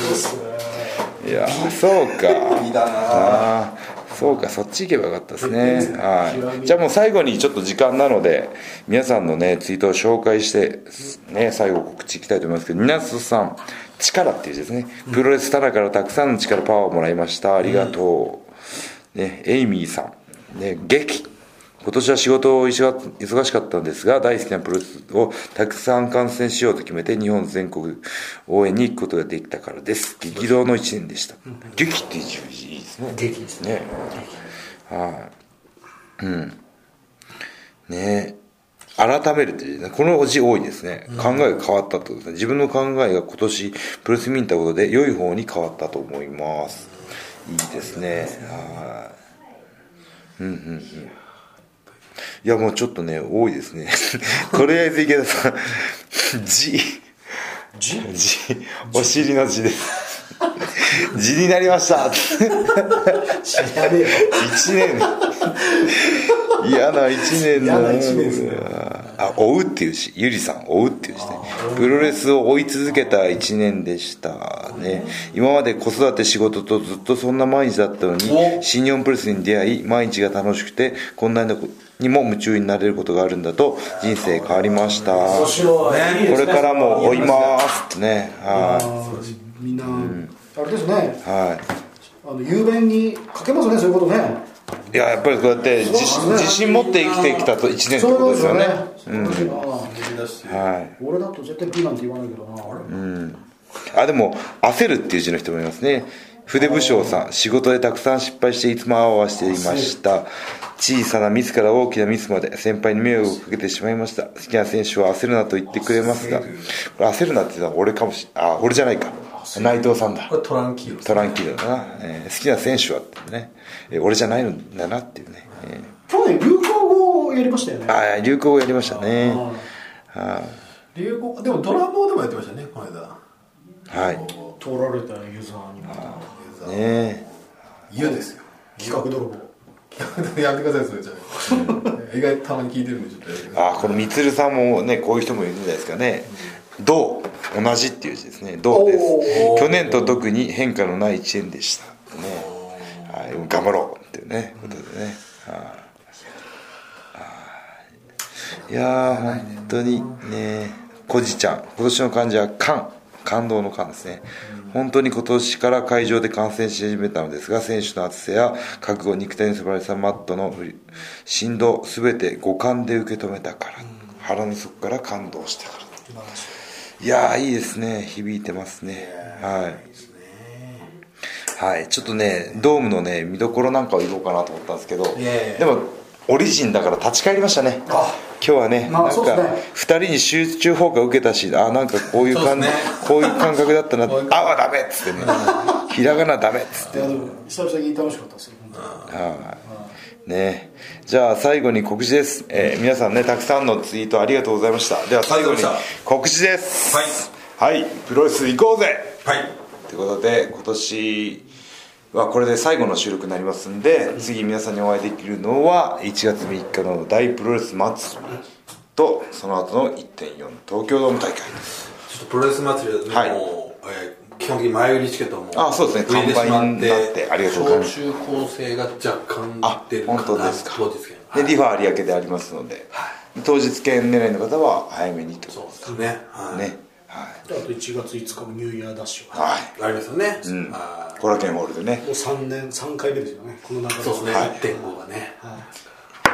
いやーそうかいいだなああそうかそっち行けばよかったですねはいじゃあもう最後にちょっと時間なので皆さんのねツイートを紹介してね最後告知いきたいと思いますけど皆さん力っていう字ですねプロレスタナからたくさんの力パワーをもらいましたありがとう、ねエイミーさんね劇今年は仕事を忙しかったんですが、大好きなプロレスをたくさん観戦しようと決めて、日本全国応援に行くことができたからです。激動の一年でした。激っていう字いいですね。激です ね。はい。うん。ねえ改めるっていうね、この字多いですね。考えが変わったってことですね。自分の考えが今年、プロレス見に行ったことで、良い方に変わったと思います。いいですね。はい。いや、もうちょっとね、多いですね。とりあえず池田さん、字。字お尻の字です。字になりました。やべえよ一年。嫌な一年だ嫌な一年ですねあ、追うっていうし、ゆりさん、追うっていうしね。プロレスを追い続けた一年でしたね。今まで子育て仕事とずっとそんな毎日だったのに、新日本プロレスに出会い、毎日が楽しくて、こんなにも夢中になれることがあるんだと、人生変わりました。面こ白いいいですねれからも追いますってね。あはーみんなあれですねい。はい。あの雄弁にかけますねそういうことねいややっぱりこうやって自そう信ですね自信持って生きてきたと1年ってそういうここでととですすよよねねそういうことだはい俺だと絶対 P なんて言わないけどなあでも「焦る」っていう字の人もいますね筆武将さん仕事でたくさん失敗していつもあわあわしていました小さなミスから大きなミスまで先輩に迷惑をかけてしまいました好きな選手は焦るなと言ってくれますがこれ焦るなって言うのは俺かもしあ俺じゃないか内藤さんだこれトランキーロトランキーだな、えー好きな選手はってね、えー俺じゃないんだなっていうね、え去年流行語をやりましたよねーあー流行語やりましたね流行でもドラゴンでもやってましたねこの間はい取られたユーザーにまたねえ湯ですよ企画泥 棒やってくださいそれじゃ あ意外とたまに聞いてるんでちょっとやってくださいあーこのみつるさんもねこういう人もいるんじゃないですかね「どう」同じっていう字ですね「どう」ですおー去年と特に変化のない1円でしたね、はい、頑張ろうっていうねことでねはいはいいやー本当にねこじちゃん今年の漢字は「感」感動の感ですね本当に今年から会場で観戦し始めたのですが選手の厚さや覚悟肉体の素晴らしさマットの振り振動全て五感で受け止めたから腹の底から感動したからいやーいいですね響いてますねはいはいちょっとねドームのね見どころなんかを言おうかなと思ったんですけどいやいやでもオリジンだから立ち返りましたねあ今日はね、まあなんそうでかすね二人に集中砲火受けたしあなんかこういう感じ、そうですねこういう感覚だったなあはダメっつってねひらがなダメっつっいやでも久々に楽しかったですよ本当にてはいねじゃあ最後に告知です、えー皆さんねたくさんのツイートありがとうございましたでは最後にありがとうござい告知ですはい、プロレス行こうぜはいということで今年はこれで最後の収録になりますんで、次皆さんにお会いできるのは1月3日の大プロレス祭りとその後の1.4東京ドーム大会ちょっとプロレス祭りはね、はいもう、えー基本的に前売りチケットもあそうですね売れてしま完売になってありがとうございます小中高生が若干あ出るかな本当ですか当日券でリファ有明でありますので、当日券狙いの方は早めにとそうですね、はい、ねはい、あと1月5日のニューイヤーダッシュがもはいありますよね、うんはいコラケンホールでねう3年3回目ですよねこの中でそうですね、はい1.5がねはい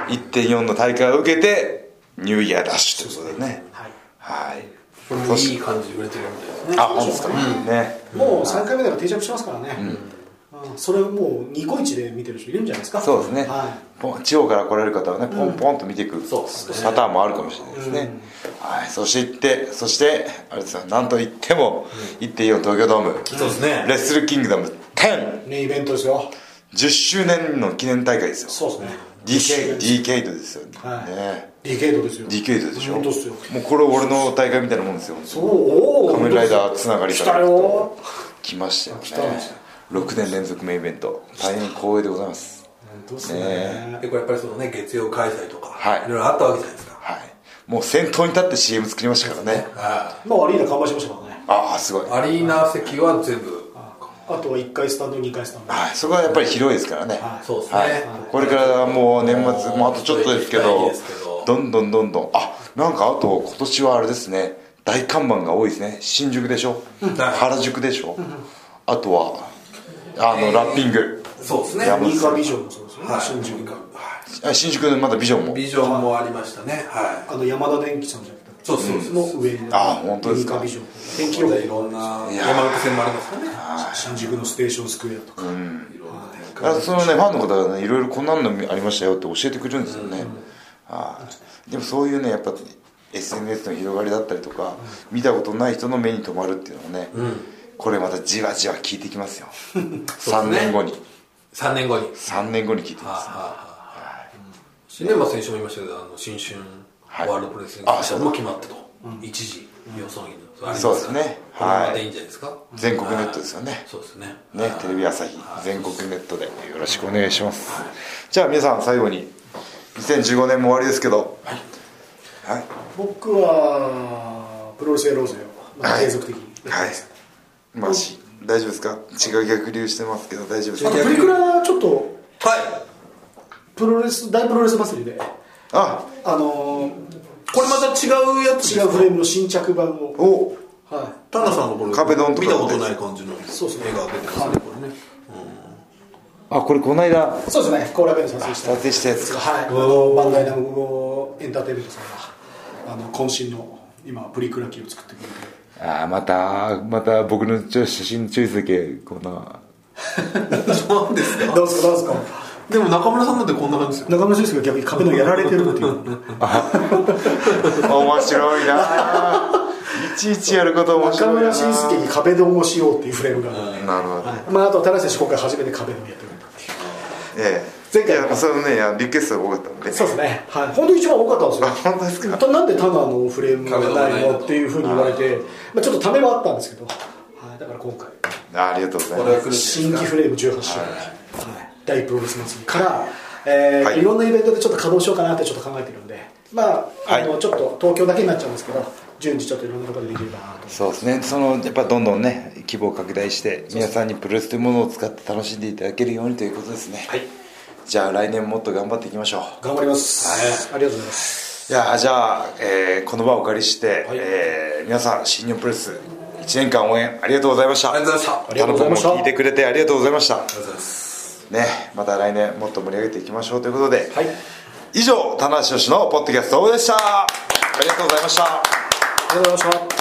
1.4の大会を受けてニューイヤーダッシュということでねはいはいこれもいい感じで売れてるみたいですねあ本当ですか、ねもう3回目だから定着してますからね、うんそれをもうニコイチで見てる人いるんじゃないですかそうですね、はポン地方から来られる方はねポンポンと見ていく、そうですねパターンもあるかもしれないですね、はい、そしてそしてあれですよなんといっても、1.4東京ドームそうですねレッスルキングダム1010い、メインイベントですよ周年の記念大会ですよそうですね DK DK ドですよね、はいねディケイドですよ DK ドでしょ本当っすよもうこれ俺の大会みたいなもんですよそうおー仮面ライダーつながり来からたよ来ましたよね来たんですよ6年連続メインイベント大変光栄でございます本当っすねねでこれやっぱりそのね月曜開催とか、はいいろいろあったわけじゃないですかはいもう先頭に立って CM 作りましたからねはまあアリーナ完売しましたからねああすごいいアリーナ席は全部あとは1回スタンド2回スタンドはい、そこはやっぱり広いですからね、はいそうですね、はい、これからもう年末、もうあとちょっとですけいいどですけど、どんどんどんどん、あなんかあと、今年はあれですね、大看板が多いですね、新宿でしょ、原宿でしょ、あとは、あのラッピング、そうですね山ニ本ーさんカビジョンもそうですよね、はい新宿かはいあ新宿のまだビジョンも、ビジョンもありましたねはあの山田電機さんじゃなくいてそうですそうです、の上にあ本当ですかニーカビジョン天気予報いろんな山手線もありますよね新宿のステーションスクエアとか、いろんな展開あそのね、ファンの方がね、いろいろこんなのありましたよって教えてくれるんですよね、はいでもそういうね、やっぱ SNS の広がりだったりとか、見たことない人の目に留まるっていうのもね、これまたじわじわ効いてき ますよ、3年後に。 3年後に3年後に聞いてます、新年末先週も言いましたけどあの新春はいワールドプレスリンあそうグもう決まったと一時予想にそうですねこれもまはたいいいんじゃないですか全国ネットですよねそうですねねテレビ朝日全国ネットでよろしくお願いしますじゃあ皆さん最後に2015年も終わりですけどはい僕はプロレスエローゼをまあ継続的にはいまあし大丈夫ですか血が逆流してますけど大丈夫ですあかとプリクラちょっとはいプロレス大プロレス祭りでああのーこれまた違うやつ違うフレームの新着版をおはタナさんのこれ壁ドンとか見たことない感じのそうですね絵が出てますねこれねあこれこの間いそうですね後楽園で撮影した撮影したやつかはいあのバンダイナムコエンターテインメントさんがあの渾身の今プリクラ機を作ってくれてああまたまた僕の写真のチョイスだけこんなそうなんですか どうすかどうすかでも中村さんなんてこんな感じですよ中村俊輔が逆に壁のやられてるっていう面白い ないちいちやること面中白いな村俊輔に壁ドンをしようっていうフレームがあるんでなるほどはいまあ、あと田中選手今回初めて壁ドンやってくれたっていうええ、前回いやそのねいやリクエストが多かったんでそうですね、はい、本当に一番多かったんですよあ本当ですかたなんでタナのフレームがないのっていうふうに言われて、まあ、ちょっとためはあったんですけど、はい、だから今回あありがとうございこれはま来るんです新か規フレーム18周年、はい、大プロレス祭りから、えーはいい、ろんなイベントでちょっと稼働しようかなってちょっと考えてるんでまああの、はいちょっと東京だけになっちゃうんですけど順次ちょっといろんなところでできればなとすそうですねそのやっぱどんどんね規模を拡大して皆さんにプロレスというものを使って楽しんでいただけるようにということですねはいじゃあ来年もっと頑張っていきましょう頑張ります、ありがとうございますいやじゃあ、えーこの場をお借りして、えー皆さん新日本プロレス1年間応援ありがとうございましたありがとうございましたありがとうございましタたナポンも聞いてくれてありがとうございましたありがとうございますねまた来年もっと盛り上げていきましょうということで、はい以上棚橋宏のポッドキャストオフでしたありがとうございましたありがとうございました